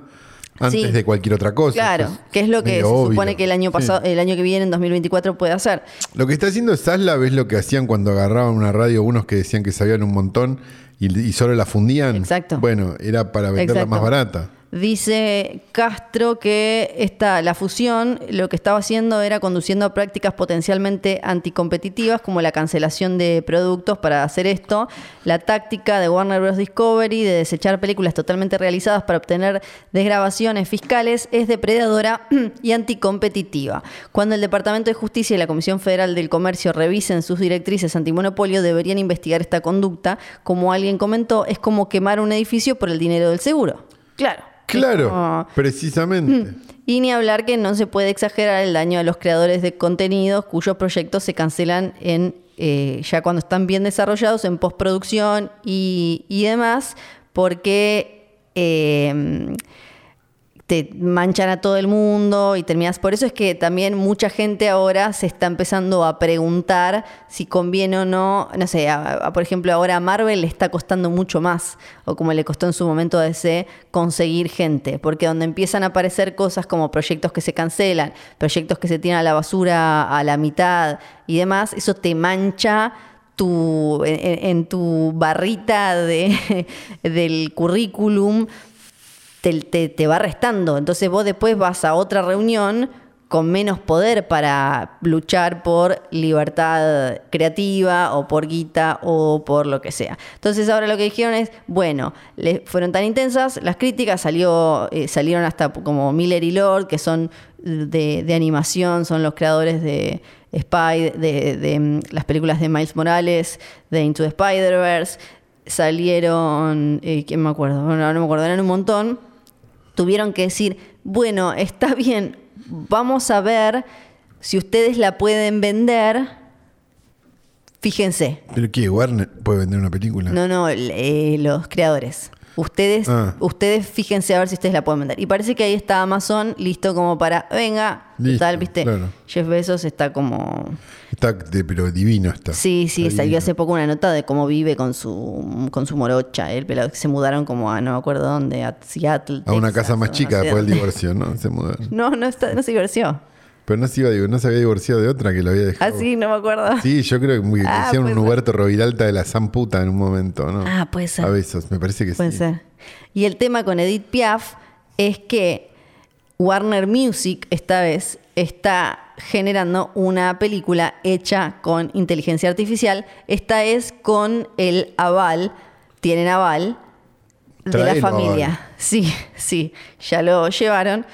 antes Sí. de cualquier otra cosa. Claro, Eso es que es lo que se pues, medio supone obvio. que el año Sí. pasado, el año que viene, en 2024, puede hacer. Lo que está haciendo Saslav es lo que hacían cuando agarraban una radio unos que decían que sabían un montón y, y solo la fundían. Exacto. Bueno, era para venderla Exacto. más barata. Dice Castro que esta, la fusión lo que estaba haciendo era conduciendo a prácticas potencialmente anticompetitivas como la cancelación de productos para hacer esto, la táctica de Warner Bros. Discovery de desechar películas totalmente realizadas para obtener desgrabaciones fiscales es depredadora (clears throat) y anticompetitiva. Cuando el Departamento de Justicia y la Comisión Federal del Comercio revisen sus directrices antimonopolio, deberían investigar esta conducta. Como alguien comentó, es como quemar un edificio por el dinero del seguro. Claro. Claro, como- Mm. precisamente. Y ni hablar que no se puede exagerar el daño a los creadores de contenidos cuyos proyectos se cancelan en eh, ya cuando están bien desarrollados en postproducción y, y demás, porque eh, te manchan a todo el mundo y terminas. Por eso es que también mucha gente ahora se está empezando a preguntar si conviene o no. No sé, a- a- por ejemplo, ahora a Marvel le está costando mucho más, o como le costó en su momento a DC, conseguir gente. Porque donde empiezan a aparecer cosas como proyectos que se cancelan, proyectos que se tiran a la basura a la mitad y demás, eso te mancha tu, en- en, en tu barrita de, (laughs) del currículum te, te- te va restando. Entonces vos después vas a otra reunión con menos poder para luchar por libertad creativa o por guita o por lo que sea. Entonces ahora lo que dijeron es, bueno, le- fueron tan intensas, las críticas salió, eh, salieron hasta como Miller y Lord, que son de, de animación, son los creadores de Spy, de, de, mm, las películas de Miles Morales, de Into the Spider-Verse, salieron, eh, ¿quién me acuerdo? Bueno, no me acuerdo, eran un montón. Tuvieron que decir, bueno, está bien, vamos a ver si ustedes la pueden vender. Fíjense. ¿Pero qué? ¿Warner puede vender una película? No, no, l- eh, los creadores. Ustedes, Ah. ustedes fíjense a ver si ustedes la pueden vender. Y parece que ahí está Amazon listo como para, venga, Listo, tal, viste. claro. Jeff Bezos está como Está, de- pero divino está. Sí, sí, Está salió divino. hace poco una nota de cómo vive con su con su morocha, el pelado que se mudaron como a no me acuerdo dónde, a Seattle. A una Texas, casa o más no chica sé después del dónde. divorcio, ¿no? Se mudaron. (laughs) No, no, está, no se divorció. Pero no se, iba, a divor- no se había divorciado de otra que lo había dejado. Ah, sí, no me acuerdo. Sí, yo creo que muy- Ah, decían puede un ser. Huberto Roviralta de la Zamputa en un momento, ¿no? Ah, puede ser. A veces, me parece que Puede sí. ser. Y el tema con Edith Piaf es que Warner Music esta vez está generando una película hecha con inteligencia artificial. Esta es con el aval, tienen aval de Traelo la aval. familia. Sí, (laughs) sí, ya lo llevaron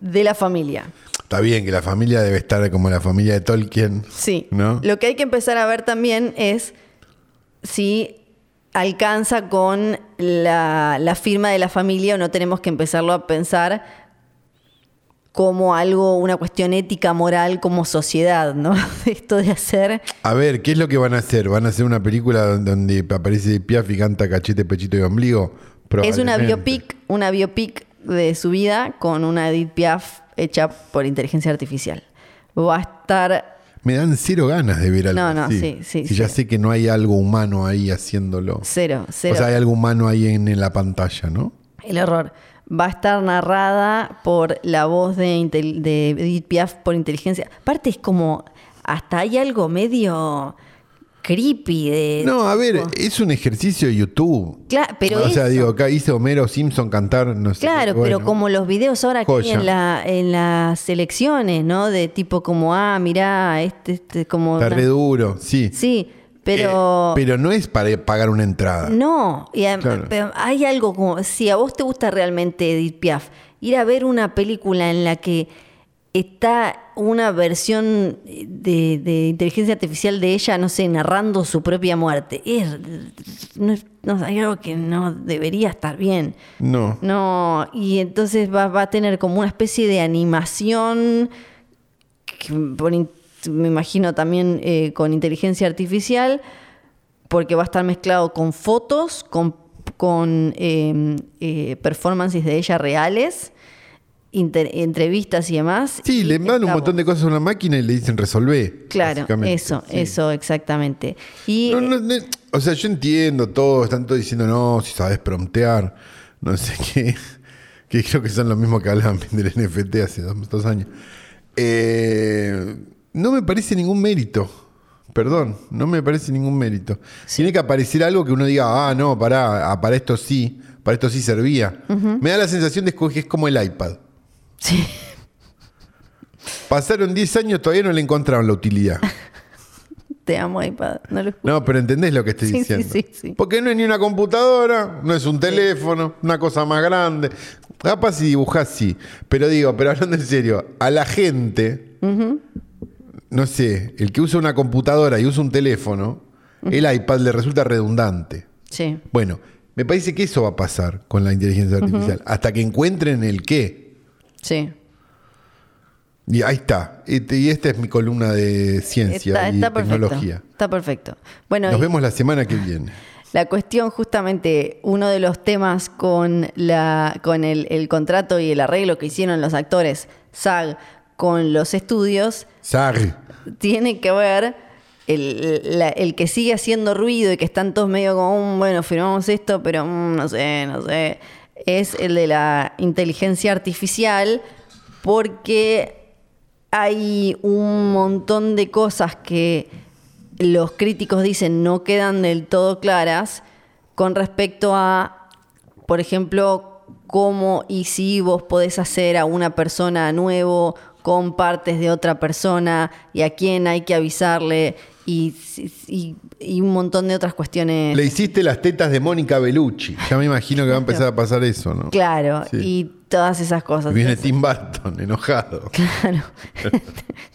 de la familia. Está bien que la familia debe estar como la familia de Tolkien. Sí. ¿No? Lo que hay que empezar a ver también es si alcanza con la, la firma de la familia o no tenemos que empezarlo a pensar como algo, una cuestión ética, moral, como sociedad, ¿no? (laughs) Esto de hacer A ver, ¿qué es lo que van a hacer? ¿Van a hacer una película don- donde aparece Piaf y canta cachete, pechito y ombligo? Es una Probablemente. biopic, una biopic de su vida con una Edith Piaf hecha por inteligencia artificial. Va a estar. Me dan cero ganas de ver algo No, no, así. sí, sí, Si ya sí. sé que no hay algo humano ahí haciéndolo. Cero, cero. O sea, hay algo humano ahí en, en la pantalla, ¿no? El error. Va a estar narrada por la voz de, intel- de Edith Piaf por inteligencia. Aparte es como. Hasta hay algo medio creepy de. No, a ver, es un ejercicio de YouTube. Cla- Eh, pero o sea, eso. digo, acá hice Homero Simpson cantar, no sé. Claro, bueno. pero como los videos ahora aquí Joya. en, la, en las elecciones, ¿no? De tipo como, ah, mirá, este, este como... Está una- re duro, sí. Sí, Eh, pero no es para pagar una entrada. No, y adem- Claro. pero hay algo como, si a vos te gusta realmente Edith Piaf, ir a ver una película en la que está una versión de, de inteligencia artificial de ella, no sé, narrando su propia muerte, es, no, es- no, hay algo que no debería estar bien. No. No, y entonces va, va a tener como una especie de animación, que por in- me imagino también eh, con inteligencia artificial, porque va a estar mezclado con em, fotos, con, con eh, eh, performances de ella reales inter- entrevistas y demás. Sí, y le mandan un estamos- montón de cosas a una máquina y le dicen resolver. Claro, eso, eso, exactamente. Y No, no, no, o sea, yo entiendo todo, están todos diciendo, no, si sabes promptear, no sé (laughs) qué, que creo que son lo mismo que hablaban (laughs) del NFT hace dos, dos años. Eh, no me parece ningún mérito, perdón, no me parece ningún mérito. Tiene que aparecer algo que uno diga, ah, no, para, para esto sí, para esto sí servía. Me da la sensación de que es como el iPad. sí, Pasaron 10 años, todavía no le encontraron la utilidad. te amo iPad, no lo escucho. No, pero entendés lo que estoy Sí, sí, diciendo. sí, sí. Porque no es ni una computadora, no es un teléfono, una cosa más grande. Capaz si dibujás, sí. Pero digo, pero hablando en serio, a la gente, no sé, el que usa una computadora y usa un teléfono, el iPad le resulta redundante. Sí, Bueno, me parece que eso va a pasar con la inteligencia artificial. Hasta que encuentren el qué. sí. Y ahí está. Este- y esta es mi columna de ciencia Está, y está perfecto. tecnología. Está perfecto. Bueno, Nos y- vemos la semana que viene. La cuestión, justamente, uno de los temas con, la, con el, el contrato y el arreglo que hicieron los actores SAG con los estudios Sarri. tiene que ver el, la- el que sigue haciendo ruido y que están todos medio como, "Mm, bueno, firmamos esto, pero mm, no sé, no sé. Es el de la inteligencia artificial porque hay un montón de cosas que los críticos dicen no quedan del todo claras con respecto a, por ejemplo, cómo y si vos podés hacer a una persona nuevo con partes de otra persona y a quién hay que avisarle y, y- y un montón de otras cuestiones. Le hiciste las tetas de Mónica Bellucci. Ya me imagino que va a empezar a pasar eso, ¿no? Claro, Sí. y todas esas cosas. Viene Tim Burton, enojado. (laughs) (laughs) Claro.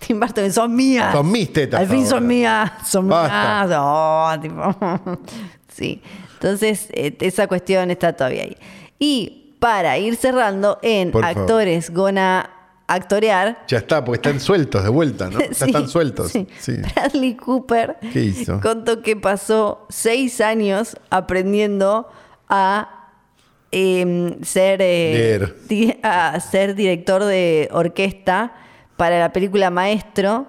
Tim Burton, son mías. Son mis tetas Al fin ahora. son mías. Son Basta. mías. Oh, tipo. (laughs) sí. Entonces, eh, esa cuestión está todavía ahí. Y para ir cerrando, en Por favor. actores gonna actorear. Ya está, porque están sueltos de vuelta, (laughs) ¿no? Ya sí, están sueltos. sí. Sí. Bradley Cooper ¿Qué hizo? contó que pasó seis años aprendiendo a eh, ser, eh, Leer. di- a ser director de orquesta para la película Maestro,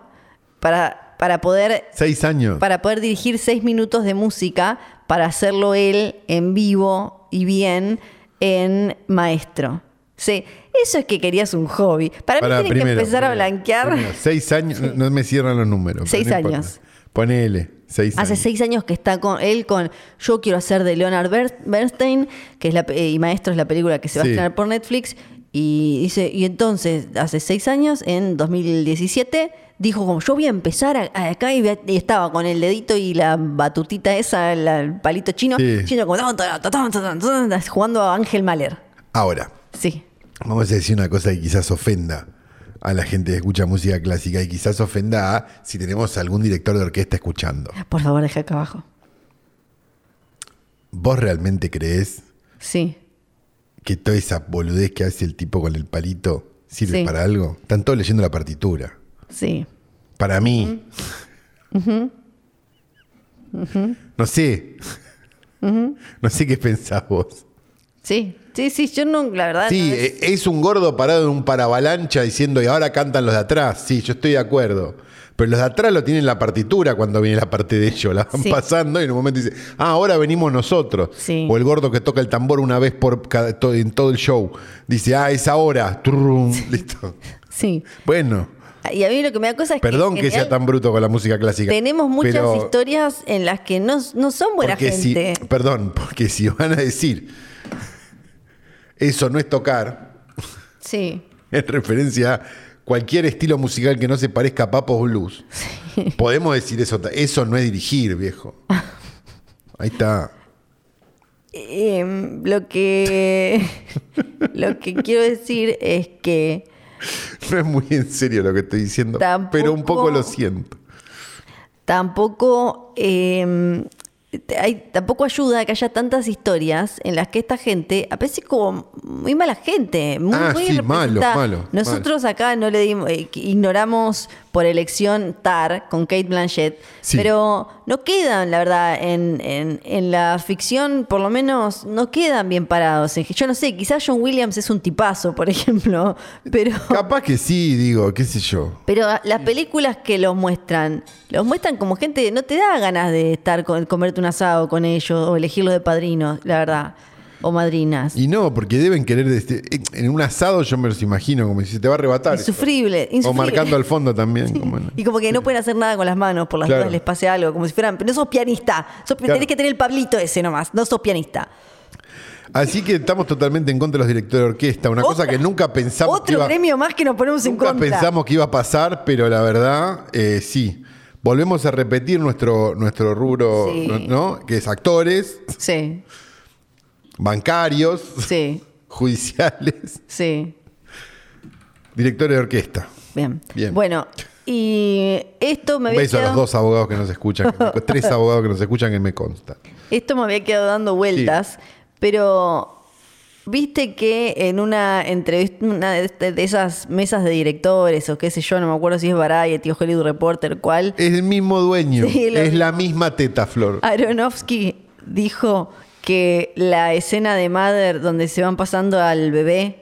para, para, poder, Seis años. para poder dirigir seis minutos de música, para hacerlo él en vivo y bien en Maestro. Sí, eso es que querías un hobby. Para, Pará, mí tienen que empezar a primero, blanquear. primero. Seis años, no- no me cierran los números. pero Seis no importa. años. Ponele, seis Hace años. seis años que está con él con Yo quiero hacer de Leonard Ber- Bernstein, que es la, pe- y Maestro es la película que se va Sí. a estrenar por Netflix. Y dice, y entonces, hace seis años, en 2017, dijo como yo voy a empezar a- a- acá y, ve- y estaba con el dedito y la batutita esa, la- el palito chino, Sí. chino como "Tan, tan, tan, tan, tan, tan", jugando a Ángel Mahler. Ahora, Sí. vamos a decir una cosa que quizás ofenda a la gente que escucha música clásica y quizás ofenda a si tenemos algún director de orquesta escuchando. Por favor, deja acá abajo. ¿Vos realmente crees Sí. que toda esa boludez que hace el tipo con el palito sirve Sí. para algo. Están todos leyendo la partitura. Sí. Para mí. No sé. No sé qué pensás vos. Sí. Sí, sí, yo no, la verdad. Sí, no es- eh, es un gordo parado en un parabalancha diciendo, y ahora cantan los de atrás. Sí, yo estoy de acuerdo. Pero los de atrás lo tienen la partitura cuando viene la parte de ellos. La van Sí. pasando y en un momento dice, ah, ahora venimos nosotros. Sí. O el gordo que toca el tambor una vez por cada- to- en todo el show. Dice, ah, es ahora. Turrum. Listo. sí. Bueno, Y a mí lo que me da cosa es perdón que, que, en sea general, tan bruto con la música clásica. Tenemos muchas pero- historias en las que no, no son buena porque si- gente. perdón, porque si van a decir eso no es tocar, Sí. (laughs) en referencia a cualquier estilo musical que no se parezca a Papos Blues, (laughs) podemos decir eso. ta- Eso no es dirigir, viejo. Ahí está. Em, lo que. (laughs) lo que quiero decir es que. No es muy en serio lo que estoy diciendo, pero un poco Tampoco- lo siento. tampoco eh, te- hay- tampoco ayuda que haya tantas historias en las que esta gente aparece como muy mala gente. Muy, Ah, muy sí, malo, representa- malo, Nosotros acá no le dimos, eh, que ignoramos por elección Tar con Kate Blanchett, Sí. pero no quedan, la verdad, en, en- en la ficción, por lo menos, no quedan bien parados. En- Yo no sé, quizás John Williams es un tipazo, por (laughs) ejemplo, pero... Capaz que sí, digo, qué sé yo. Pero las películas que los muestran, los muestran como gente, no te da ganas de estar con, comerte un asado con ellos o elegirlos de padrinos, la verdad, o madrinas. Y no, porque deben querer. este- en un asado yo me los imagino, como si se te va a arrebatar. esto. Insufrible, O insufrible. marcando al fondo también. como, ¿no? Y como que no pueden hacer nada con las manos, por las Claro. dudas les pase algo, como si fueran, pero no sos pianista, sos- Claro. tenés que tener el pablito ese nomás, no sos pianista. Así que estamos totalmente en contra de los directores de orquesta. Una cosa Otra- que nunca pensamos que Otro iba, premio más que nos ponemos en nunca contra. pensamos que iba a pasar, pero la verdad, eh, sí. Volvemos a repetir nuestro, nuestro rubro, Sí. ¿no? Que es actores, Sí, bancarios, (laughs) sí, judiciales, sí. directores de orquesta. Bien. Bien. Bueno, y esto me Un había beso a los quedado- dos abogados que nos escuchan, que me- (laughs) tres abogados que nos escuchan que me consta. Esto me había quedado dando vueltas, pero viste que en una entrevista, una de, este- de esas mesas de directores o qué sé yo, no me acuerdo si es Variety o Hollywood Reporter, cuál, Es el mismo dueño, Sí, lo es mismo. la misma teta, Flor. Aronofsky dijo que la escena de Mother donde se van pasando al bebé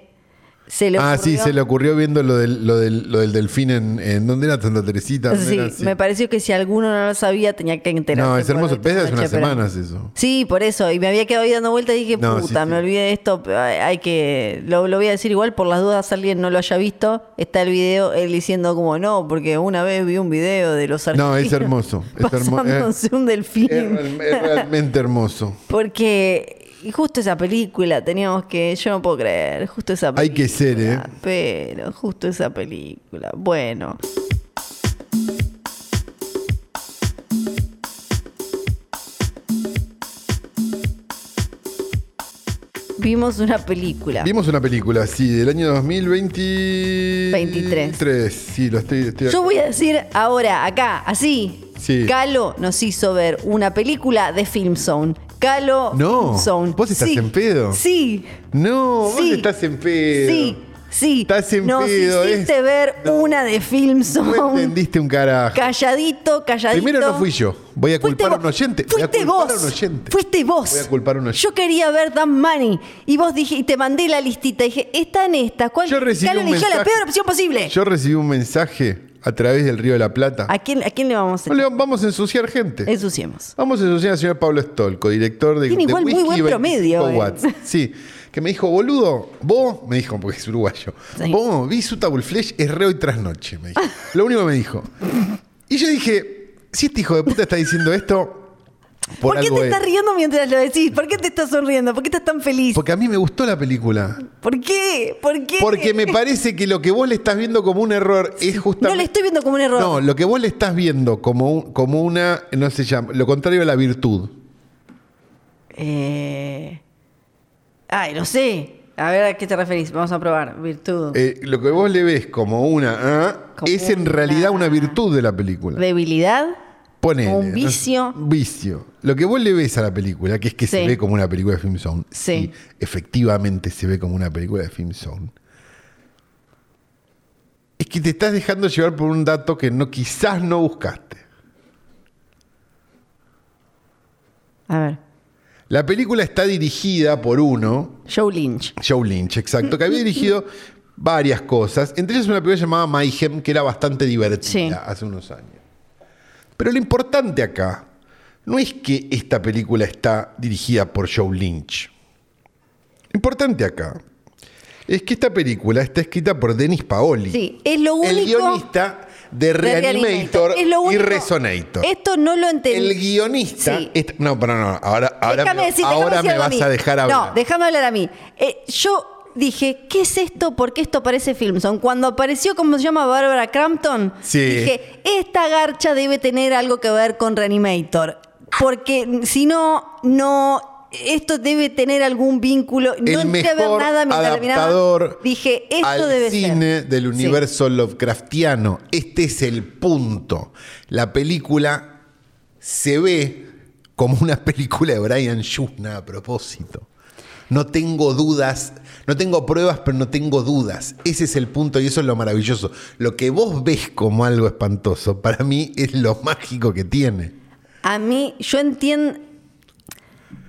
se le Ah, sí, ocurrió- se le ocurrió viendo lo del, lo del, lo del delfín en, en- ¿Dónde era Santa Teresita? ¿Dónde Sí, era? Sí. me pareció que si alguno no lo sabía tenía que enterarse. No, es por hermoso. otra Pesa hace unas noche, pero- semanas (laughs) eso. Sí, por eso. Y me había quedado ahí dando vueltas y dije, No, puta, sí, sí. me olvidé de esto. pero Hay hay que. Lo, lo voy a decir igual, por las dudas, alguien no lo haya visto. Está el video él diciendo, como no, porque una vez vi un video de los argentinos. No, es hermoso. Es, hermo- eh, pasándose es- un delfín. es real- es realmente hermoso. porque. Y justo esa película teníamos que. Yo no puedo creer. Justo esa película. Hay que ser, ¿eh? Pero, justo esa película. Bueno. Vimos una película. Vimos una película, sí, del año 2020... 23. Tres, Sí, lo estoy... estoy- Yo voy a decir ahora, acá, así. Sí. Calo nos hizo ver una película de Film Zone. Calo No, Film Zone. vos estás en pedo. Sí. No, vos Sí. estás en pedo. Sí. Sí. Estás en nos pedo, hiciste es- ver No. una de Film Zone. No entendiste un carajo. Calladito, calladito. Primero no fui yo. Voy a Fuiste culpar a vos. un oyente. Voy a Fuiste culpar vos. a un oyente. Fuiste vos. Voy a culpar a un oyente. Yo quería ver Dan Money y vos dije, y te mandé la listita. Dije, está en esta. ¿Cuál? Yo recibí Calo un eligió la mensaje. peor opción posible. Yo recibí un mensaje a través del Río de la Plata. ¿A, quién, ¿A quién le vamos a No le vamos a ensuciar gente. ensuciemos? Vamos a ensuciar al señor Pablo Stolco, director de, Tiene de igual muy Whisky buen 25 promedio, eh. Watts. Sí. Que me dijo, boludo, vos, me dijo, porque es uruguayo, Sí. vos vi Suitable Flesh, es reo y trasnoche, me dijo. Lo único que me dijo. Y yo dije, si este hijo de puta está diciendo esto, por, ¿Por, qué algo te es. estás riendo mientras lo decís? ¿Por qué te estás sonriendo? ¿Por qué estás tan feliz? Porque a mí me gustó la película. ¿Por qué? ¿Por qué? Porque me parece que lo que vos le estás viendo como un error es justamente... No le estoy viendo como un error. No, lo que vos le estás viendo como, un- como una, no se llama, lo contrario a la virtud. Eh... Ay, no sé. A ver, ¿a qué te referís? Vamos a probar. Virtud. Eh, lo que vos le ves como una ah, Como es en una- realidad una virtud de la película. Debilidad. Ponele, un ¿no? vicio. Un vicio. Lo que vos le ves a la película, que es que se Sí. ve como una película de Film Zone. Sí. efectivamente se ve como una película de Film Zone. Es que te estás dejando llevar por un dato que no, quizás no buscaste. A ver. La película está dirigida por uno Joe Lynch. Joe Lynch, exacto, que había dirigido varias cosas, entre ellas una película llamada Mayhem, que era bastante divertida Sí. hace unos años. Pero lo importante acá no es que esta película está dirigida por Joe Lynch. Lo importante acá es que esta película está escrita por Dennis Paoli, Sí, es lo único. el guionista de de Reanimator, Reanimator. Es lo y único- Resonator. Esto no lo entendí. el guionista. Sí. está- no, pero no, no, ahora, ahora déjame me, decir- déjame ahora decir me algo vas mí. a dejar hablar. No, déjame hablar a mí. Eh, yo dije, ¿qué es esto? ¿Por qué esto parece Filmson? Cuando apareció, ¿cómo se llama? Barbara Crampton. Sí. Dije, esta garcha debe tener algo que ver con Reanimator. Porque si no, no... Esto debe tener algún vínculo. no el entré a ver mejor nada mientras la miraba. adaptador Dije, esto al debe cine ser. del Sí. universo Lovecraftiano. Este es el punto. La película se ve como una película de Brian Shusna a propósito. No tengo dudas, no tengo pruebas, pero no tengo dudas. Ese es el punto y eso es lo maravilloso. Lo que vos ves como algo espantoso, para mí es lo mágico que tiene. a mí, yo entiendo.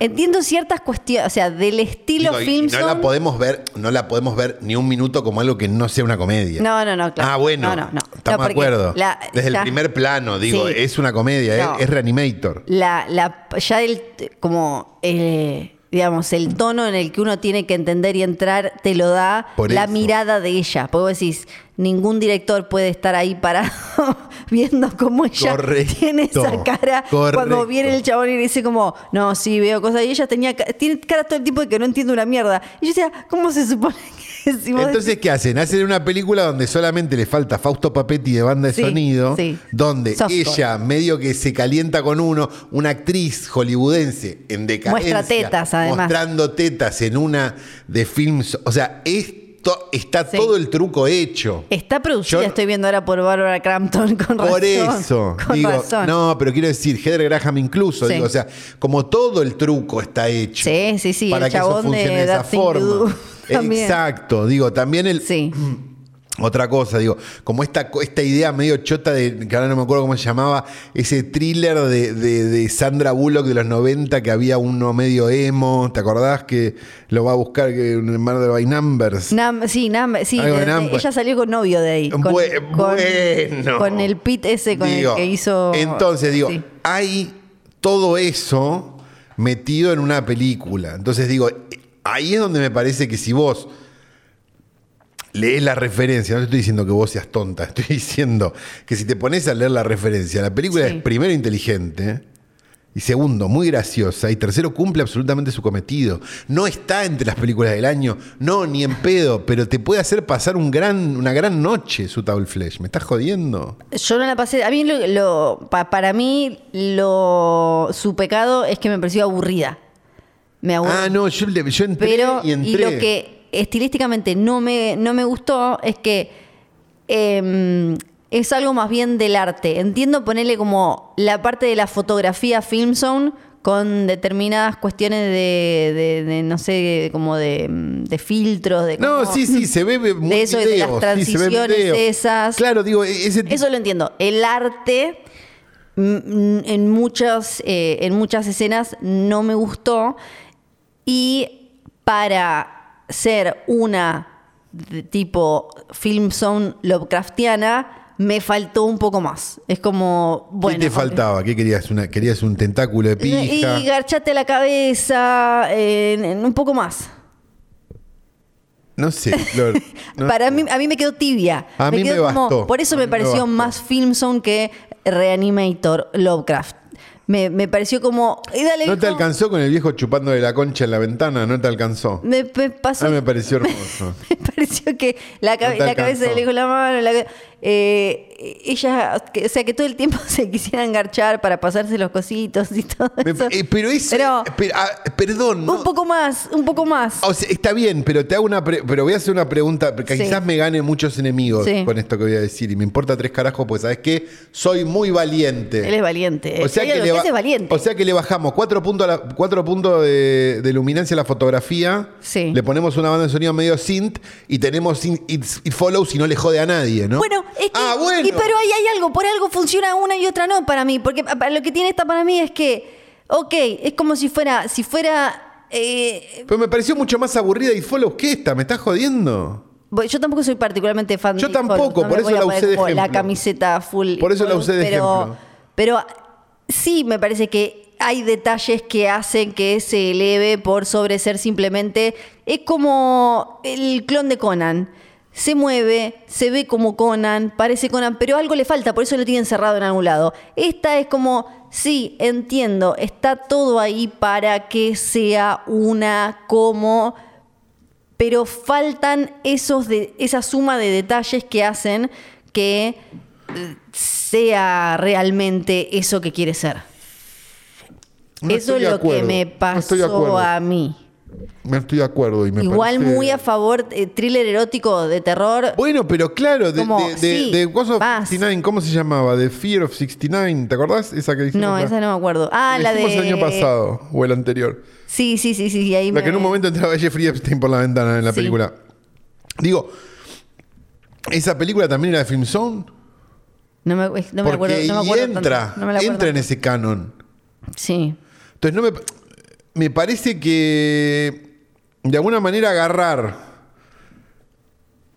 Entiendo ciertas cuestiones, o sea, del estilo Digo, y- y Filmson. no la podemos ver, no la podemos ver ni un minuto como algo que no sea una comedia. No, no, no, claro. Ah, bueno. No, no, no. Estamos No, de porque acuerdo. la- Desde la- el primer plano, digo, Sí. es una comedia, es- No. es, reanimator. la, la ya el como eh, digamos el tono en el que uno tiene que entender y entrar te lo da Por la eso. mirada de ella porque vos decís ningún director puede estar ahí parado (laughs) viendo cómo ella Correcto, tiene esa cara correcto. cuando viene el chabón y le dice como no sí veo cosas y ella tenía ca- tiene cara todo el tiempo de que no entiende una mierda y yo decía cómo se supone que (laughs) si vos Entonces, ¿qué hacen? Hacen una película donde solamente le falta Fausto Papetti de banda de Sí, sonido, sí. donde Softcore. ella medio que se calienta con uno, una actriz hollywoodense en decadencia. Muestra tetas, además. Mostrando tetas en una de films. O sea, esto está Sí. todo el truco hecho. Está producida, Yo- estoy viendo ahora por Barbara Crampton (laughs) con Por razón. eso, (laughs) Con digo, razón. no, pero quiero decir, Heather Graham incluso, Sí. digo, o sea, como todo el truco está hecho. Sí, sí, sí, Para el que eso chabón de funcione de, That esa Thing You (laughs) Do forma. también. Exacto, digo, también el, Sí. otra cosa, digo, como esta, co- esta idea medio chota de, que ahora no me acuerdo cómo se llamaba, ese thriller de, de- de Sandra Bullock de los 90 que había uno medio emo, ¿te acordás que lo va a buscar que un Murder by Numbers? Nam- sí, Nam- sí Algo de eh, Nam- ella salió con novio de ahí. Con, Bue- con- bueno. con el pit ese con Digo, el que hizo. Entonces, digo, Sí. hay todo eso metido en una película. Entonces, digo, ahí es donde me parece que si vos lees la referencia, no te estoy diciendo que vos seas tonta, (laughs) estoy diciendo que si te pones a leer la referencia, la película Sí. es primero inteligente. Y segundo, muy graciosa. Y tercero, cumple absolutamente su cometido. No está entre las películas del año. No, ni en pedo. Pero te puede hacer pasar un gran, una gran noche su Table Flesh. ¿Me estás jodiendo? Yo no la pasé. A mí, lo, lo- pa- para mí, lo, su pecado es que me pareció aburrida. Me aburrió. Ah, no, yo, le- yo entré Pero, y y, entré. lo que estilísticamente no me, no me gustó es que eh, es algo más bien del arte. Entiendo ponerle como la parte de la fotografía Film Zone con determinadas cuestiones de, de- de, no sé, como de, mm, de filtros, de No, cómo- sí, sí, se ve ve muy De eso, videos, de las sí, se ven transiciones videos. esas. Claro, digo, e- ese tipo. Eso lo entiendo. El arte mm, mm, en muchas, eh, en muchas escenas no me gustó. Y para ser una de tipo film zone Lovecraftiana, me faltó un poco más. Es como, bueno. ¿Qué te ok. faltaba? ¿Qué querías? Una, ¿Querías un tentáculo de pija? Y garchate la cabeza, eh, en- en un poco más. No sé, Flor. (laughs) no Para mí, a mí me quedó tibia. A mí quedó me como- bastó. por eso A me mí me bastó. pareció más Filmson que Reanimator Lovecraft. Me, me pareció como. y dale, No te viejo. alcanzó con el viejo chupándole la concha en la ventana, no te alcanzó. Me, me pasó. A mí me pareció hermoso. (laughs) me pareció que la, cabe- No te la cabeza alcanzó. le con la mano. la- eh, ella, que- o sea, que todo el tiempo (laughs) se quisieran garchar para pasarse los cositos y todo Me- eso. eh, pero ese. Pero- pero, ah, perdón. no- Un poco más, un poco más. O sea, está bien, pero te hago una pre- pero voy a hacer una pregunta, porque Sí. quizás me gane muchos enemigos Sí. con esto que voy a decir, y me importa tres carajos, pues sabes qué, soy muy valiente. Él es valiente. Ella lo que ba- hace es valiente. o sea que le bajamos cuatro puntos, a la- cuatro puntos de, de luminancia a la fotografía, Sí. le ponemos una banda de sonido medio synth y tenemos sin- it's- it follows y no le jode a nadie, ¿no? Bueno, es que. ah, bueno. y pero ahí hay algo, por algo funciona una y otra no para mí. Porque pa- pa- lo que tiene esta para mí es que. Ok, es como si fuera. Si fuera. eh, Pero me pareció mucho más aburrida y follows que esta, me estás jodiendo. bueno, yo tampoco soy particularmente fan Yo de tampoco, Hulk, no por me eso voy a la poner usé de como La ejemplo. camiseta full. Por eso la Hulk, usé de pero, ejemplo. Pero sí me parece que. Hay detalles que hacen que se eleve por sobre ser simplemente. Es como el clon de Conan. Se mueve, se ve como Conan, parece Conan, pero algo le falta, por eso lo tiene encerrado en algún lado. Esta es como, sí, entiendo, está todo ahí para que sea una como pero faltan esos de, esa suma de detalles que hacen que eh, sea realmente eso que quiere ser. No eso estoy es de lo acuerdo, que me no estoy de pasó acuerdo. a mí. No estoy de acuerdo y me Igual parece- muy a favor, eh, thriller erótico de terror. Bueno, pero claro, de, Como, de, de- sí, de Ghost of vas. 69, ¿cómo se llamaba? The Fear of 69, ¿te acordás? Esa que hicimos. no, la- esa no me acuerdo. Ah, que la de... hicimos el año pasado o el anterior. Sí, sí, sí, sí, sí, ahí La me- que en un momento entraba Jeffrey Epstein por la ventana en la Sí. película. Digo, esa película también era de Film Zone No me, no me porque acuerdo. No me ahí acuerdo tanto, entra, no me la acuerdo. entra en ese canon. Sí. Entonces, no me, me parece que de alguna manera agarrar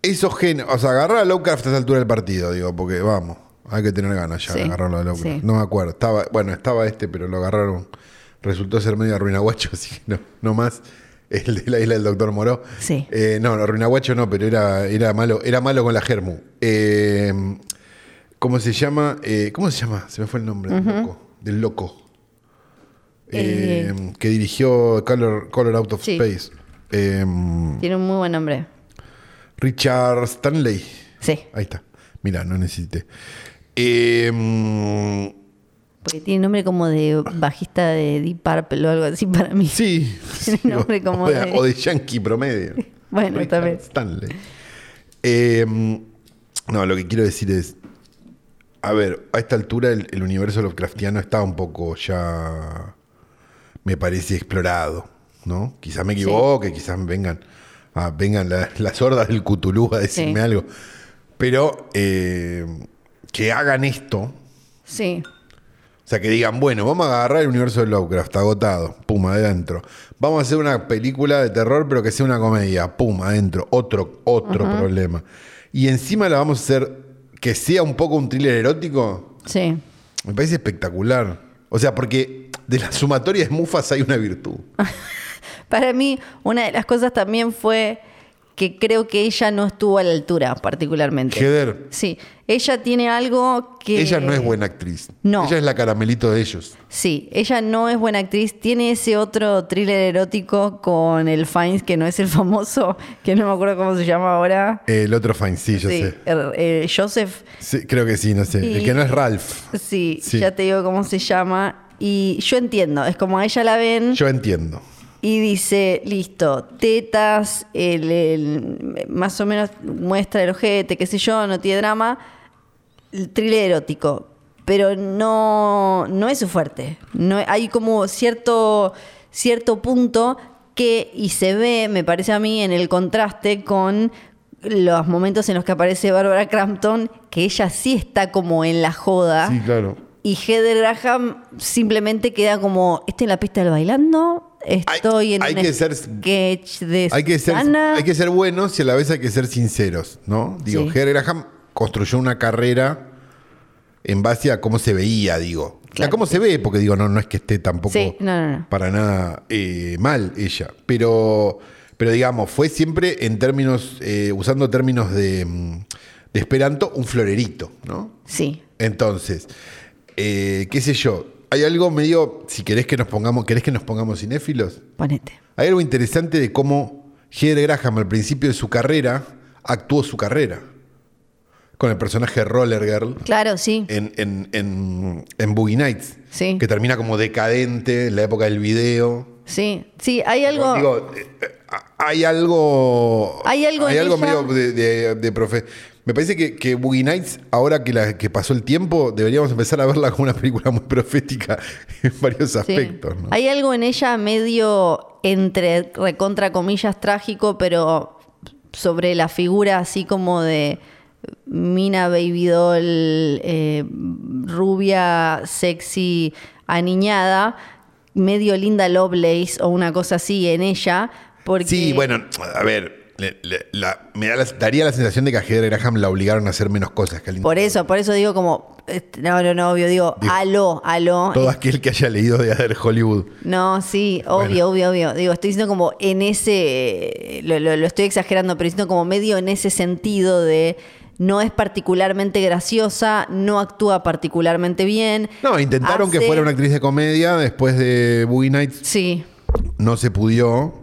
esos genes, o sea, agarrar a Lovecraft a esa altura del partido, digo, porque vamos, hay que tener ganas ya de Sí, agarrarlo a Lovecraft. sí. No me acuerdo, estaba, bueno, estaba este, pero lo agarraron. Resultó ser medio arruinaguacho, (laughs) así que no, no más. El de la isla del doctor Moró. Sí. Eh, no, no, arruinaguacho no, pero era, era malo, era malo con la Germu. Eh, ¿Cómo se llama? Eh, ¿Cómo se llama? Se me fue el nombre del loco. Del loco. Eh, que dirigió Color, Color Out of Sí. Space. Em, Tiene un muy buen nombre. Richard Stanley. Sí. Ahí está. Mira, no necesité. Eh, mm, Porque tiene nombre como de bajista de Deep Purple o algo así para mí. sí. (laughs) Tiene sí, nombre (laughs) o- como o, de, de- o de yankee promedio. Bueno, Richard tal vez. Stanley. Eh, mm, no, lo que quiero decir es. A ver, a esta altura el, el universo Lovecraftiano está un poco ya. Me parece explorado, ¿no? Quizás me equivoque, quizás me vengan, ah, vengan la- las hordas del Cthulhu a decirme Sí. algo. Pero eh, que hagan esto, Sí. o sea, que digan, bueno, vamos a agarrar el universo de Lovecraft, agotado, pum, adentro. Vamos a hacer una película de terror, pero que sea una comedia, pum, adentro, otro, otro problema. Y encima la vamos a hacer que sea un poco un thriller erótico, Sí. me parece espectacular. O sea, porque de las sumatorias de Mufas hay una virtud. Para mí, una de las cosas también fue que creo que ella no estuvo a la altura, particularmente. Heather, Sí. Ella tiene algo que. ella no es buena actriz. No. Ella es la caramelito de ellos. Sí, ella no es buena actriz. Tiene ese otro thriller erótico con el Fiennes, que no es el famoso, que no me acuerdo cómo se llama ahora. El otro fine, sí, yo Sí, sé. er- eh, Joseph. Sí, creo que sí, no sé. El Y- ¿Mm? que no es Ralph. Sí, Sí. ya te digo cómo se llama. Y yo entiendo, es como a ella la ven Yo entiendo. y dice, listo, tetas, el, el- más o menos muestra el ojete, qué sé yo, no tiene drama, el thriller erótico. Pero no, no es su fuerte. No, hay como cierto, cierto punto que, y se ve, me parece a mí, en el contraste con los momentos en los que aparece Bárbara Crampton, que ella sí está como en la joda. Sí, claro. Y Heather Graham simplemente queda como, estoy en la pista del bailando, estoy en hay un que ser- sketch de hay que ser Susana". hay que ser buenos y a la vez hay que ser sinceros no digo Sí. Heather Graham construyó una carrera en base a cómo se veía digo O sea, Claro, cómo se ve porque digo no no es que esté tampoco Sí, no, no, no. para nada eh, mal ella pero pero digamos fue siempre en términos eh, usando términos de mm, de esperanto un florerito no Sí, entonces, eh, qué sé yo, hay algo medio, si querés que nos pongamos, querés que nos pongamos cinéfilos, ponete. hay algo interesante de cómo Heather Graham al principio de su carrera actuó su carrera. Con el personaje de Roller Girl Claro, sí. en, en, en, en Boogie Nights. Sí. Que termina como decadente en la época del video. Sí, sí, hay algo... Digo, eh, eh, hay algo. Hay algo Hay en algo ella- medio de, de- de profe. Me parece que, que Boogie Nights, ahora que, la, que pasó el tiempo, deberíamos empezar a verla como una película muy profética en varios sí. aspectos. ¿no? Hay algo en ella medio entre, recontra comillas, trágico, pero sobre la figura así como de mina, baby doll, eh, rubia, sexy, aniñada, medio linda Lovelace o una cosa así en ella. Porque Sí, bueno, a ver, le- le- la- me da la- daría la sensación de que a Heather Graham la obligaron a hacer menos cosas que al Por eso, por eso digo como... este, No, no, no, obvio, digo, Digo, aló, aló. Todo aquel que haya leído de Adder Hollywood. No, sí, Bueno. obvio, obvio, obvio. Digo, estoy diciendo como en ese, lo, lo- lo estoy exagerando, pero diciendo como medio en ese sentido de no es particularmente graciosa, no actúa particularmente bien. No, intentaron que hace- fuera una actriz de comedia. Después de Boogie Nights Sí, no se pudió.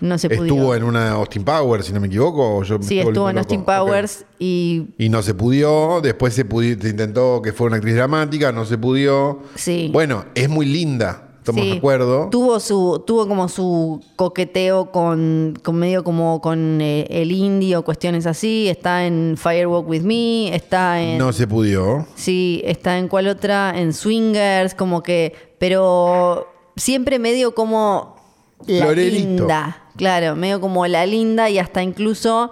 no se pudo. Estuvo en una Austin Powers, si no me equivoco. o yo me sí, estoy estuvo en volviendo Austin loco. Ok. Powers y Y no se pudió, después se, pudi- se intentó que fuera una actriz dramática, no se pudió. Sí. Bueno, es muy linda, estamos Sí. de acuerdo. Tuvo su, tuvo como su coqueteo con, con medio como con eh, el indio, cuestiones así. Está en Firewalk with Me, está en. No se pudió. Sí, está en cuál otra, en Swingers, como que, pero siempre medio como la Florerito. linda, claro, medio como la linda y hasta incluso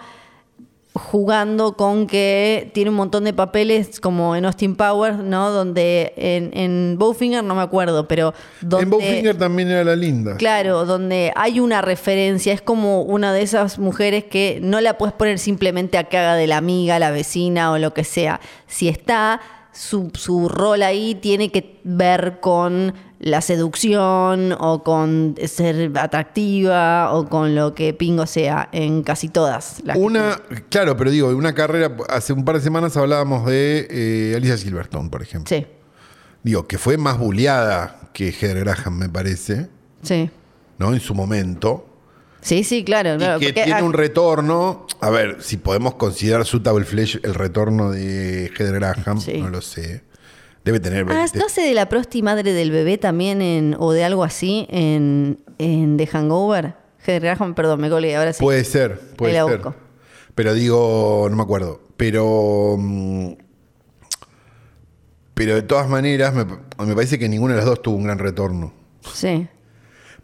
jugando con que tiene un montón de papeles como en Austin Powers, ¿no? Donde en, en Bowfinger no me acuerdo, pero donde En Bowfinger también era la linda. Claro, donde hay una referencia, es como una de esas mujeres que no la puedes poner simplemente a que haga de la amiga, la vecina o lo que sea. Si está, su, su rol ahí tiene que ver con la seducción o con ser atractiva o con lo que pingo sea en casi todas las que- Una, claro, pero digo, una carrera, hace un par de semanas hablábamos de eh, Alicia Silverstone, por ejemplo. Sí, Digo, que fue más buleada que Heather Graham, me parece, sí. ¿no? En su momento. Sí, sí, claro. claro, y que porque- tiene ah, un retorno. A ver, si podemos considerar Suitable Flesh el retorno de Heather Graham, Sí. no lo sé. Debe tener Ah, 20. ¿no hace de la prosti madre del bebé también en, o de algo así en, en The Hangover? Heather Graham, perdón, me colgué, ahora sí. Puede ser, puede Ahí la ser. busco. Pero digo, no me acuerdo. Pero. mm, Pero de todas maneras, me, me parece que ninguna de las dos tuvo un gran retorno. Sí.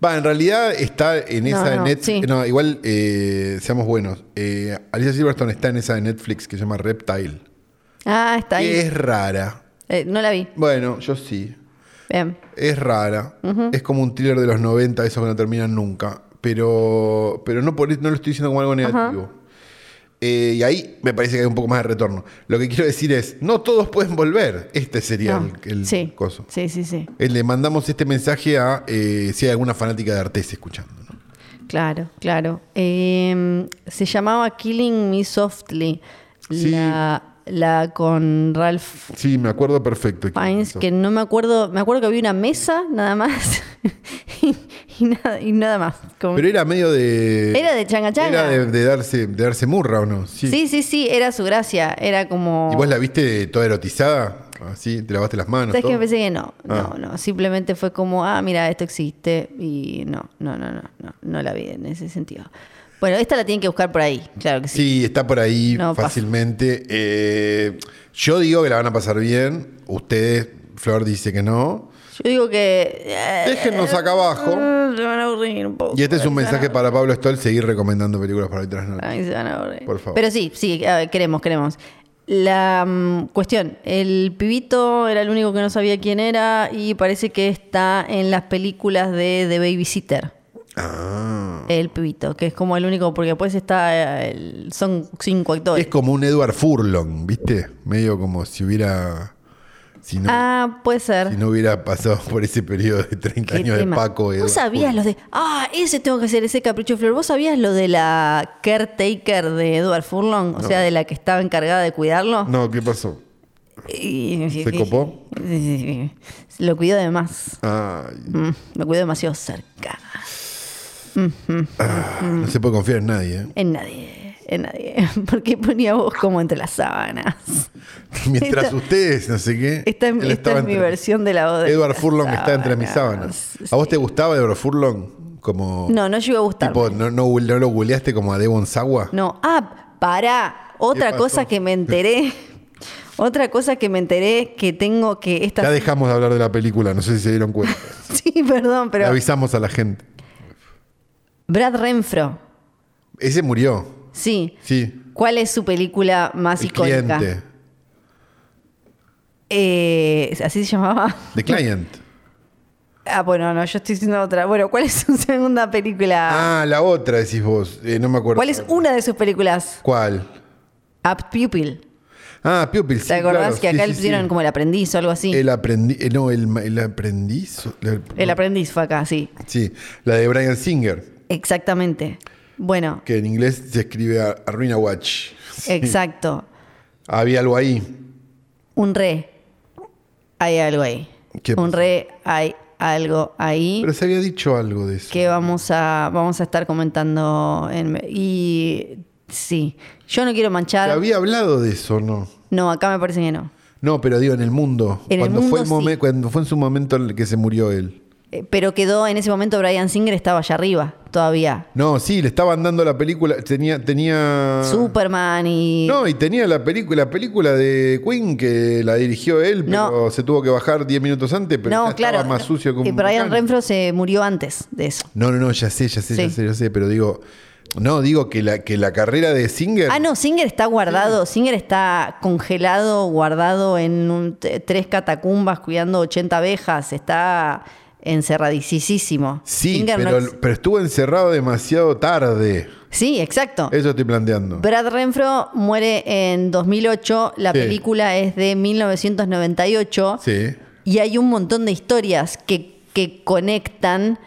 Va, en realidad está en No, esa de no, Netflix. sí. No, igual, eh, seamos buenos. Eh, Alicia Silverstone está en esa de Netflix que se llama Reptile. Ah, está ahí. Que es rara. Eh, no la vi. Bueno, yo sí. Bien. Es rara. Es como un thriller de los 90, esos que no terminan nunca. Pero, pero no, por, no lo estoy diciendo como algo negativo. Eh, y ahí me parece que hay un poco más de retorno. Lo que quiero decir es, no todos pueden volver. Este sería No. el, el Ah, sí. coso. Sí, sí, sí. Eh, Le mandamos este mensaje a eh, si hay alguna fanática de Artes escuchando. ¿no? Claro, claro. Eh, se llamaba Killing Me Softly. Sí. La, la con Ralph Sí, me acuerdo perfecto. Fiennes, que no me acuerdo. Me acuerdo que había una mesa, nada más. (laughs) y, y nada, y nada más. Como- Pero era medio de. Era de changa changa. Era de, de darse, de darse murra, ¿o no? Sí. sí. sí, sí, era su gracia. Era como. ¿Y vos la viste toda erotizada? Así, te lavaste las manos. ¿Sabes todo? que pensé que no? Ah. No, no. Simplemente fue como, ah, mira, esto existe. Y no, no, no, no, no, no la vi en ese sentido. Bueno, esta la tienen que buscar por ahí, claro que sí. Sí, está por ahí No, pasa. fácilmente. Eh, yo digo que la van a pasar bien. Ustedes, Flor dice que no. Yo digo que. eh, Déjenos acá abajo. eh, Se van a aburrir un poco. Y este es un Se van a- mensaje para Pablo Stoll, seguir recomendando películas para hoy tras noche. Ay, se van a aburrir. Por favor. Pero sí, sí, a ver, queremos, queremos. La mm, cuestión, el pibito era el único que no sabía quién era y parece que está en las películas de The Babysitter. Ah. El pibito, que es como el único, porque después está. eh, el- son cinco actores. Es como un Edward Furlong, ¿viste? Medio como si hubiera. Si no, Ah, puede ser. si no hubiera pasado por ese periodo de 30 Qué años tema. de Paco. Edward Vos sabías Furlong. lo de. Ah, ese tengo que hacer, ese capricho de flor. ¿Vos sabías lo de la caretaker de Edward Furlong? O sea, de la que estaba encargada de cuidarlo. No, ¿qué pasó? Y- ¿Se copó? Lo cuidó de más. Ay, Mm, Lo cuidó demasiado cerca. Mm. no se puede confiar en nadie. ¿eh? (laughs) En nadie. En nadie. (laughs) Porque ponía vos como entre las sábanas. Mientras Esta- ustedes, no sé qué. Esta, es- él esta estaba es mi entre- versión de la voz de Edward las Furlong está entre (laughs) mis sábanas. ¿A vos te gustaba Edward Furlong? Como. No, no llegó a gustar. Tipo, no, no, no lo googleaste como a Devon Sawa. No, ah, pará. Otra pasó? cosa que (laughs) me enteré. Otra cosa que me enteré que tengo que esta. (laughs) Ya dejamos de hablar de la película, no sé si se dieron cuenta. Sí, perdón, Le (laughs) pero. avisamos a la gente. Brad Renfro. Ese murió. Sí. Sí. ¿Cuál es su película más El icónica? cliente. Eh, Así se llamaba. (laughs) The Client. Ah, bueno, no, yo estoy diciendo otra. Bueno, ¿cuál es su segunda película? Ah, la otra decís vos. Eh, no me acuerdo. ¿Cuál es una de sus películas? ¿Cuál? Up Pupil. Ah, Pupil. sí, ¿Te acordás claro, que sí, acá sí, le pusieron sí. como el aprendiz o algo así? El aprendiz. eh, no, el, ma- el aprendiz. el- el aprendiz fue acá, sí. Sí, la de Brian Singer. Exactamente. Bueno, que en inglés se escribe a- Arruina Watch. exacto. Había algo ahí. Un re. Hay algo ahí. ¿Qué Un pasó? re, hay algo ahí Pero se había dicho algo de eso. que vamos a, vamos a estar comentando. en- y sí, yo no quiero Se manchar. había hablado de eso, ¿no? No, acá me parece que no. No, pero digo, en el mundo. En el cuando, fue mundo, momen- sí. cuando fue en su momento en el que se murió él. Eh, Pero quedó, en ese momento Brian Singer estaba allá arriba todavía. No, sí, le estaban dando la película. Tenía. tenía... Superman y... Ah. No, y tenía la película, la película de Queen que la dirigió él, pero No. se tuvo que bajar 10 minutos antes, pero No, ya claro. eh, estaba más no. sucio que un Y Brian huracán. Renfro se murió antes de eso. No, no, no, ya sé, ya sé, ya Sí. sé, ya sé, pero digo, No, digo que la, que la carrera de Singer. Ah, no, Singer está guardado, Singer está congelado, guardado en un t- tres catacumbas cuidando 80 abejas, está encerradicísimo. Sí, Singer no pero, ex- pero estuvo encerrado demasiado tarde. Sí, exacto. Eso estoy planteando. Brad Renfro muere en 2008, la Sí. película es de 1998 Sí. y hay un montón de historias que, que conectan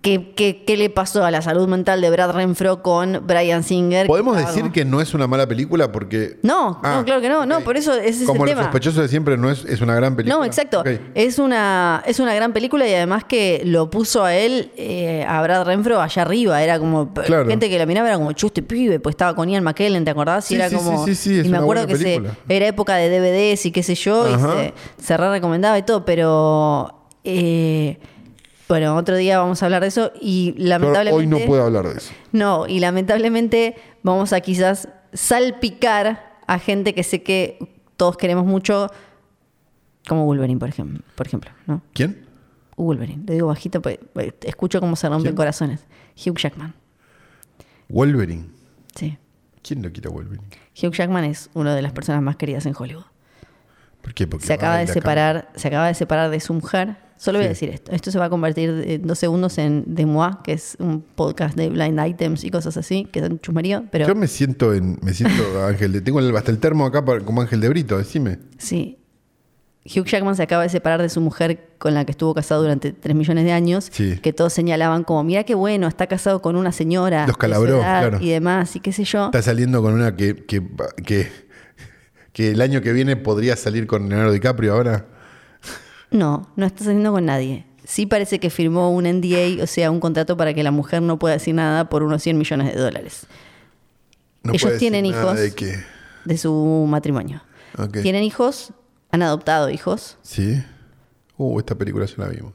qué que, que le pasó a la salud mental de Brad Renfro con Brian Singer. ¿Podemos Claro. decir que no es una mala película? Porque. No, Ah, no, claro que no, no, ok. por eso ese es Como el lo tema. sospechoso de siempre no es, es una gran película. No, exacto. Ok. Es, una, es una gran película y además que lo puso a él, eh, a Brad Renfro, allá arriba. Era como p- Claro. gente que la miraba, era como, "Chu, este pibe, pues estaba con Ian McKellen, ¿te acordás? Y Sí, era sí, como, sí, sí, sí, es y me una acuerdo buena que se, película. era época de DVDs y qué sé yo, Ajá. y se, se re recomendaba y todo, pero... eh, bueno, otro día vamos a hablar de eso y Pero lamentablemente... hoy no puedo hablar de eso. No, y lamentablemente vamos a quizás salpicar a gente que sé que todos queremos mucho, como Wolverine, por ejemplo. Por ejemplo ¿no? ¿Quién? Wolverine, le digo bajito, pues pues, escucho cómo se rompen ¿Quién? corazones. Hugh Jackman, Wolverine. sí. ¿Quién lo quita Wolverine? Hugh Jackman es una de las personas más queridas en Hollywood. ¿Por qué? Porque Se acaba de baila, separar, se acaba de separar de su mujer. Solo voy Sí. a decir esto. Esto se va a convertir en dos segundos en De Moi, que es un podcast de blind items y cosas así, que son chusmerío, pero Yo me siento en. Me (laughs) siento Ángel. de- Tengo el- hasta el termo acá para- como Ángel de Brito, decime. Sí. Hugh Jackman se acaba de separar de su mujer con la que estuvo casado durante 3 millones de años, Sí. que todos señalaban como, mira qué bueno, está casado con una señora. Los de su calabró, edad claro. Y demás, y qué sé yo. Está saliendo con una que. que, que que el año que viene podría salir con Leonardo DiCaprio ahora. No, no está saliendo con nadie. Sí parece que firmó un NDA, o sea, un contrato para que la mujer no pueda decir nada por unos 100 millones de dólares No Ellos puede decir tienen nada hijos. de que- de su matrimonio. Ok. Tienen hijos, han adoptado hijos. Sí. Uh, esta película ya la vimos.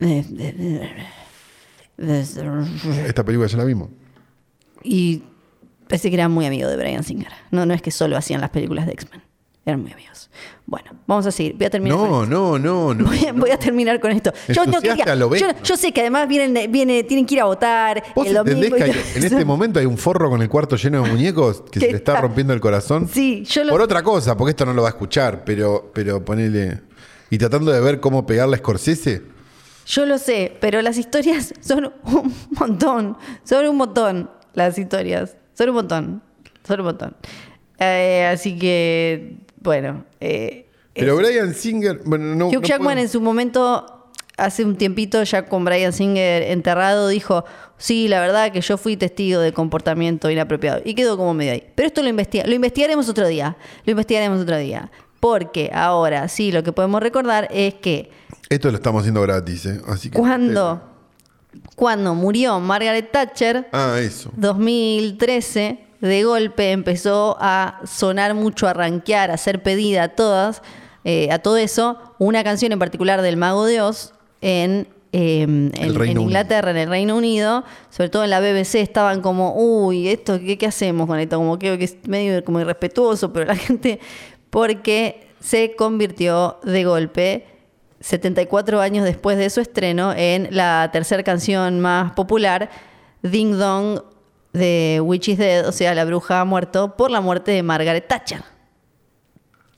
Eh, eh, eh, eh, Esta película ya la vimos. Y pensé que era muy amigo de Brian Singer. No, no es que solo hacían las películas de X-Men. Eran muy amigos. Bueno, vamos a seguir. Voy a terminar. con No, no, esto. no, no. (laughs) Voy a, voy a terminar con esto. Yo, no Entusiasta quería- lo ves. yo- yo sé que además vienen, viene, tienen que ir a votar ¿Vos el entendés domingo. y que hay- todo en eso. este momento hay un forro con el cuarto lleno de muñecos que se Que le está está- rompiendo el corazón? Sí, yo lo- Por otra cosa, porque esto no lo va a escuchar, pero, pero ponele. Y tratando de ver cómo pegarle a Scorsese. Yo lo sé, pero las historias (laughs) son un montón. Son un montón las historias. Son un montón. Son un montón. Eh, así que, bueno. eh, Pero Brian Singer. Bueno, no, Hugh no Jackman puedo- en su momento, hace un tiempito, ya con Brian Singer enterrado, dijo, sí, la verdad que yo fui testigo de comportamiento inapropiado. Y quedó como medio ahí. Pero esto lo, investiga lo investigaremos otro día. Lo investigaremos otro día. Porque ahora sí, lo que podemos recordar es que Esto lo estamos haciendo gratis, ¿eh? Así que. cuando, cuando murió Margaret Thatcher, Ah, eso. 2013, de golpe empezó a sonar mucho, a ranquear, a ser pedida a todas, eh, a todo eso, una canción en particular del Mago de Oz en, eh, en- Reino en Unido. Inglaterra, en el Reino Unido, sobre todo en la BBC, estaban como, uy, esto, ¿qué, qué hacemos con esto? Como que, que es medio como irrespetuoso, pero la (laughs) gente, porque se convirtió de golpe. 74 años después de su estreno, en la tercera canción más popular, Ding Dong de Witch is Dead, o sea, la bruja ha muerto por la muerte de Margaret Thatcher.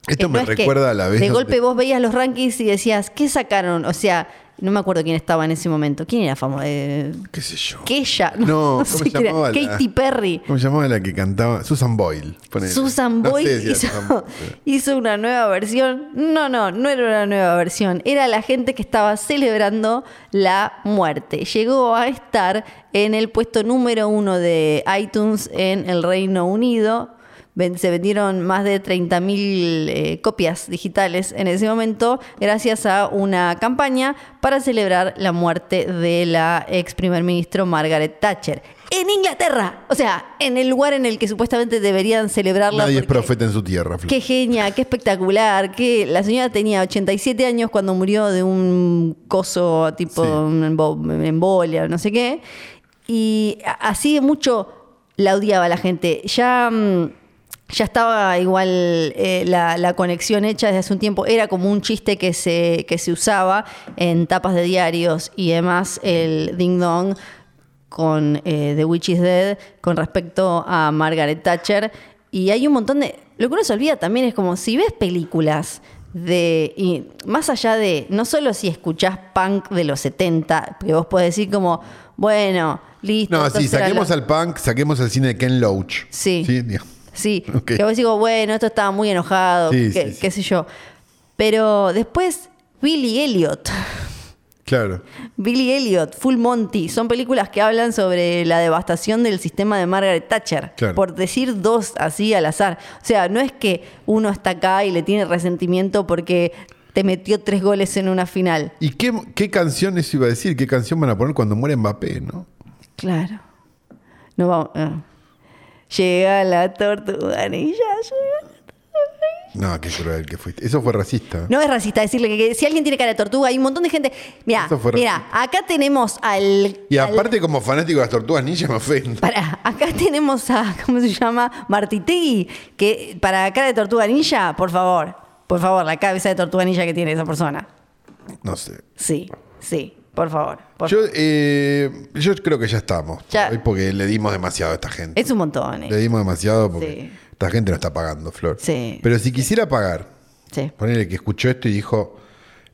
Esto Que me Eh, no es que recuerda a la vez. De donde- golpe vos veías los rankings y decías, ¿qué sacaron? O sea, no me acuerdo quién estaba en ese momento. ¿Quién era famoso? Eh, ¿Qué sé yo? Keisha. (laughs) No, ¿cómo sé se quién era. llamaba la- Katy Perry. ¿Cómo se llamaba la que cantaba? Susan Boyle. ponele. Susan No sé Boyle si era Susan hizo, Boyle, pero- hizo una nueva versión. No, no, no era una nueva versión. Era la gente que estaba celebrando la muerte. Llegó a estar en el puesto número uno de iTunes en el Reino Unido. Ven- Se vendieron más de 30.000 eh, copias digitales en ese momento gracias a una campaña para celebrar la muerte de la ex primer ministro Margaret Thatcher. En Inglaterra, o sea, en el lugar en el que supuestamente deberían celebrarla. Nadie es porque- profeta en su tierra, Flor. Qué genia, qué espectacular. Que la señora tenía 87 años cuando murió de un coso tipo Sí. un embo- embolia, no sé qué. Y a- así de mucho la odiaba la gente. Ya, mm, ya estaba igual eh, la, la conexión hecha desde hace un tiempo. Era como un chiste que se, que se usaba en tapas de diarios y demás, el ding dong con eh, The Witch is Dead con respecto a Margaret Thatcher. Y hay un montón de... Lo que uno se olvida también es como si ves películas de... Y más allá de... No solo si escuchás punk de los 70, que vos podés decir como, bueno, listo. No, esto sí, será saquemos lo- al punk, saquemos al cine de Ken Loach. Sí. Digo, Sí, Ok. que vos digo, bueno, esto estaba muy enojado, Sí, qué, sí, sí. qué sé yo. Pero después, Billy Elliot. Claro. Billy Elliot, Full Monty, son películas que hablan sobre la devastación del sistema de Margaret Thatcher, Claro. por decir dos así al azar. O sea, no es que uno está acá y le tiene resentimiento porque te metió tres goles en una final. ¿Y qué, qué canción eso iba a decir? ¿Qué canción van a poner cuando muere Mbappé, no? Claro. No vamos. ah. Llega la tortuga ninja, llega. No, qué cruel que fuiste. Eso fue racista. No es racista decirle que, que si alguien tiene cara de tortuga, hay un montón de gente. Mira, Eso fue mira, acá tenemos al. Y al- aparte, como fanático de las tortugas ninja, me ofendo. Pará, acá tenemos a, ¿cómo se llama? Martitegui, que para cara de tortuga ninja, por favor, por favor, la cabeza de tortuga ninja que tiene esa persona. No sé. Sí, sí, por favor. por- Yo, eh, yo creo que ya estamos. Ya. por hoy, Porque le dimos demasiado a esta gente. Es un montón, Le eh. dimos demasiado porque Sí. esta gente no está pagando, Flor. Sí. Pero si quisiera pagar, Sí. ponele que escuchó esto y dijo,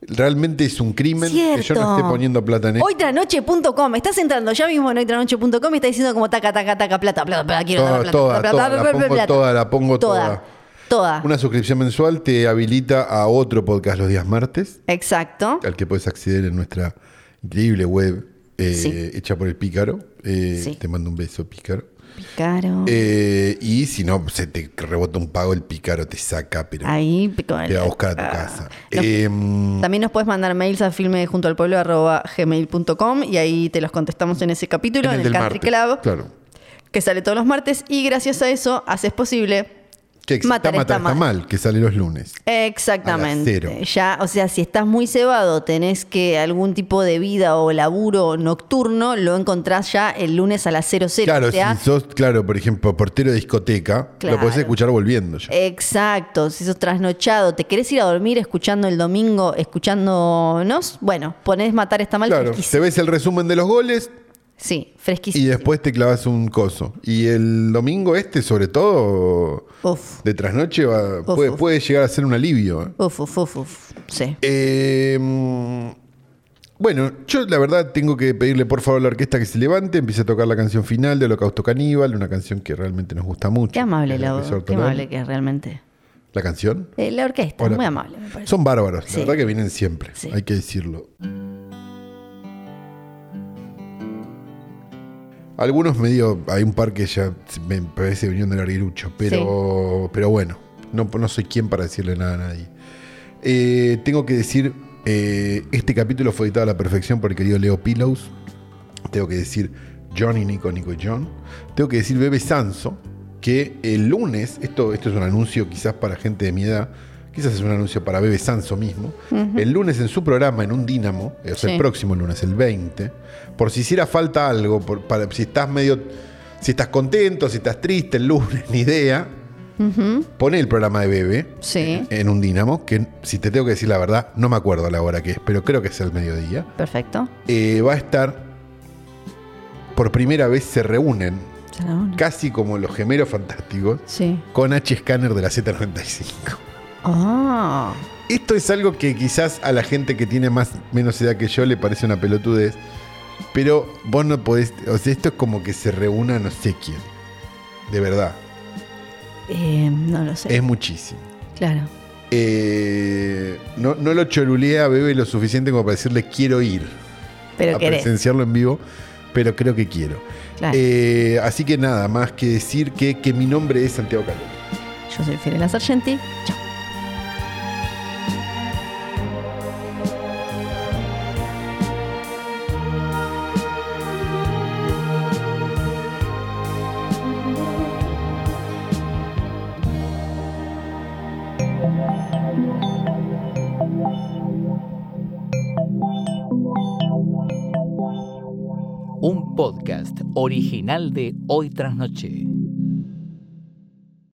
realmente es un crimen que yo no esté Cierto. poniendo plata en esto. Hoytranoche.com, estás entrando ya mismo en hoytranoche.com y estás diciendo como taca, taca, taca, plata, plata, plata, quiero Toda, dar plata, toda, plata, toda, plata, la plata, pongo plata. toda, la pongo toda. Toda, Una suscripción mensual te habilita a otro podcast los días martes, Exacto. al que puedes acceder en nuestra increíble web eh, Sí. hecha por el Pícaro. Eh, Sí. Te mando un beso, Pícaro. Caro. Eh, y si no, se te rebota un pago, el Pícaro te saca, pero Ahí, pico- te va a buscar a tu Ah. casa. No, Em, También nos puedes mandar mails a filme junto al pueblo arroba gmail.com y ahí te los contestamos en ese capítulo, en el, del Country martes, Club, Claro. que sale todos los martes y gracias a eso haces posible Que exista Matar matar, está está mal, que sale los lunes. Exactamente. A las cero. Ya, o sea, si estás muy cebado, tenés que algún tipo de vida o laburo nocturno, lo encontrás ya el lunes a las 00. Claro, o sea, si sos, claro, por ejemplo, portero de discoteca, lo Claro. Eh, podés escuchar volviendo ya. Exacto, si sos trasnochado, te querés ir a dormir escuchando el domingo, escuchándonos, bueno, ponés matar esta mal claro, fresquis- te ves el resumen de los goles Sí, y fresquísimo. después te clavas un coso. Y el domingo este, sobre todo, Uf. de trasnoche, va- puede, uf. puede llegar a ser un alivio. ¿eh? Uf, uf, uf, uf. Sí. Eh, mm, bueno, yo la verdad tengo que pedirle por favor a la orquesta que se levante, empiece a tocar la canción final de Holocausto Caníbal, una canción que realmente nos gusta mucho. Qué amable Es de la Luis voz. Qué Ortolán. amable que es realmente. ¿La canción? Eh, la orquesta, Hola. muy amable, me parece. Son bárbaros, la Sí. verdad que vienen siempre, Sí. hay que decirlo. Algunos medio, hay un par que ya se- me parece vinieron del arguirucho, pero, pero bueno, no, no soy quien para decirle nada a nadie. Eh, tengo que decir, eh, este capítulo fue editado a la perfección por el querido Leo Pillows. Tengo que decir Johnny, Nico, Nico y John. Tengo que decir Bebe Sanso, que el lunes, esto, esto es un anuncio quizás para gente de mi edad, quizás es un anuncio para Bebe Sanso mismo. El lunes en su programa, en un Dínamo, o sea, el Sí. próximo lunes, el 20, por si hiciera falta algo, por- para, si estás medio, si estás contento, si estás triste el lunes, (laughs) ni idea, pone el programa de Bebe Sí. en, en un Dínamo, que si te tengo que decir la verdad, no me acuerdo la hora que es, pero creo que es el mediodía Perfecto. eh, va a estar, por primera vez se reúnen, Se la uno. casi como los gemelos fantásticos, Sí. con H-Scanner de la Z95. Ah. Esto es algo que quizás a la gente que tiene más menos edad que yo le parece una pelotudez, pero vos no podés, o sea, esto es como que se reúna no sé quién, de verdad, eh, no lo sé. es muchísimo. claro. Eh, no, no lo chorulea a Bebe lo suficiente como para decirle quiero ir Pero a querés. presenciarlo en vivo, pero creo que quiero. Claro. Eh, así que nada más que decir que, que mi nombre es Santiago Calvo. Yo soy Fiorella Sargenti. Chao. Un podcast original de Hoy Tras Noche.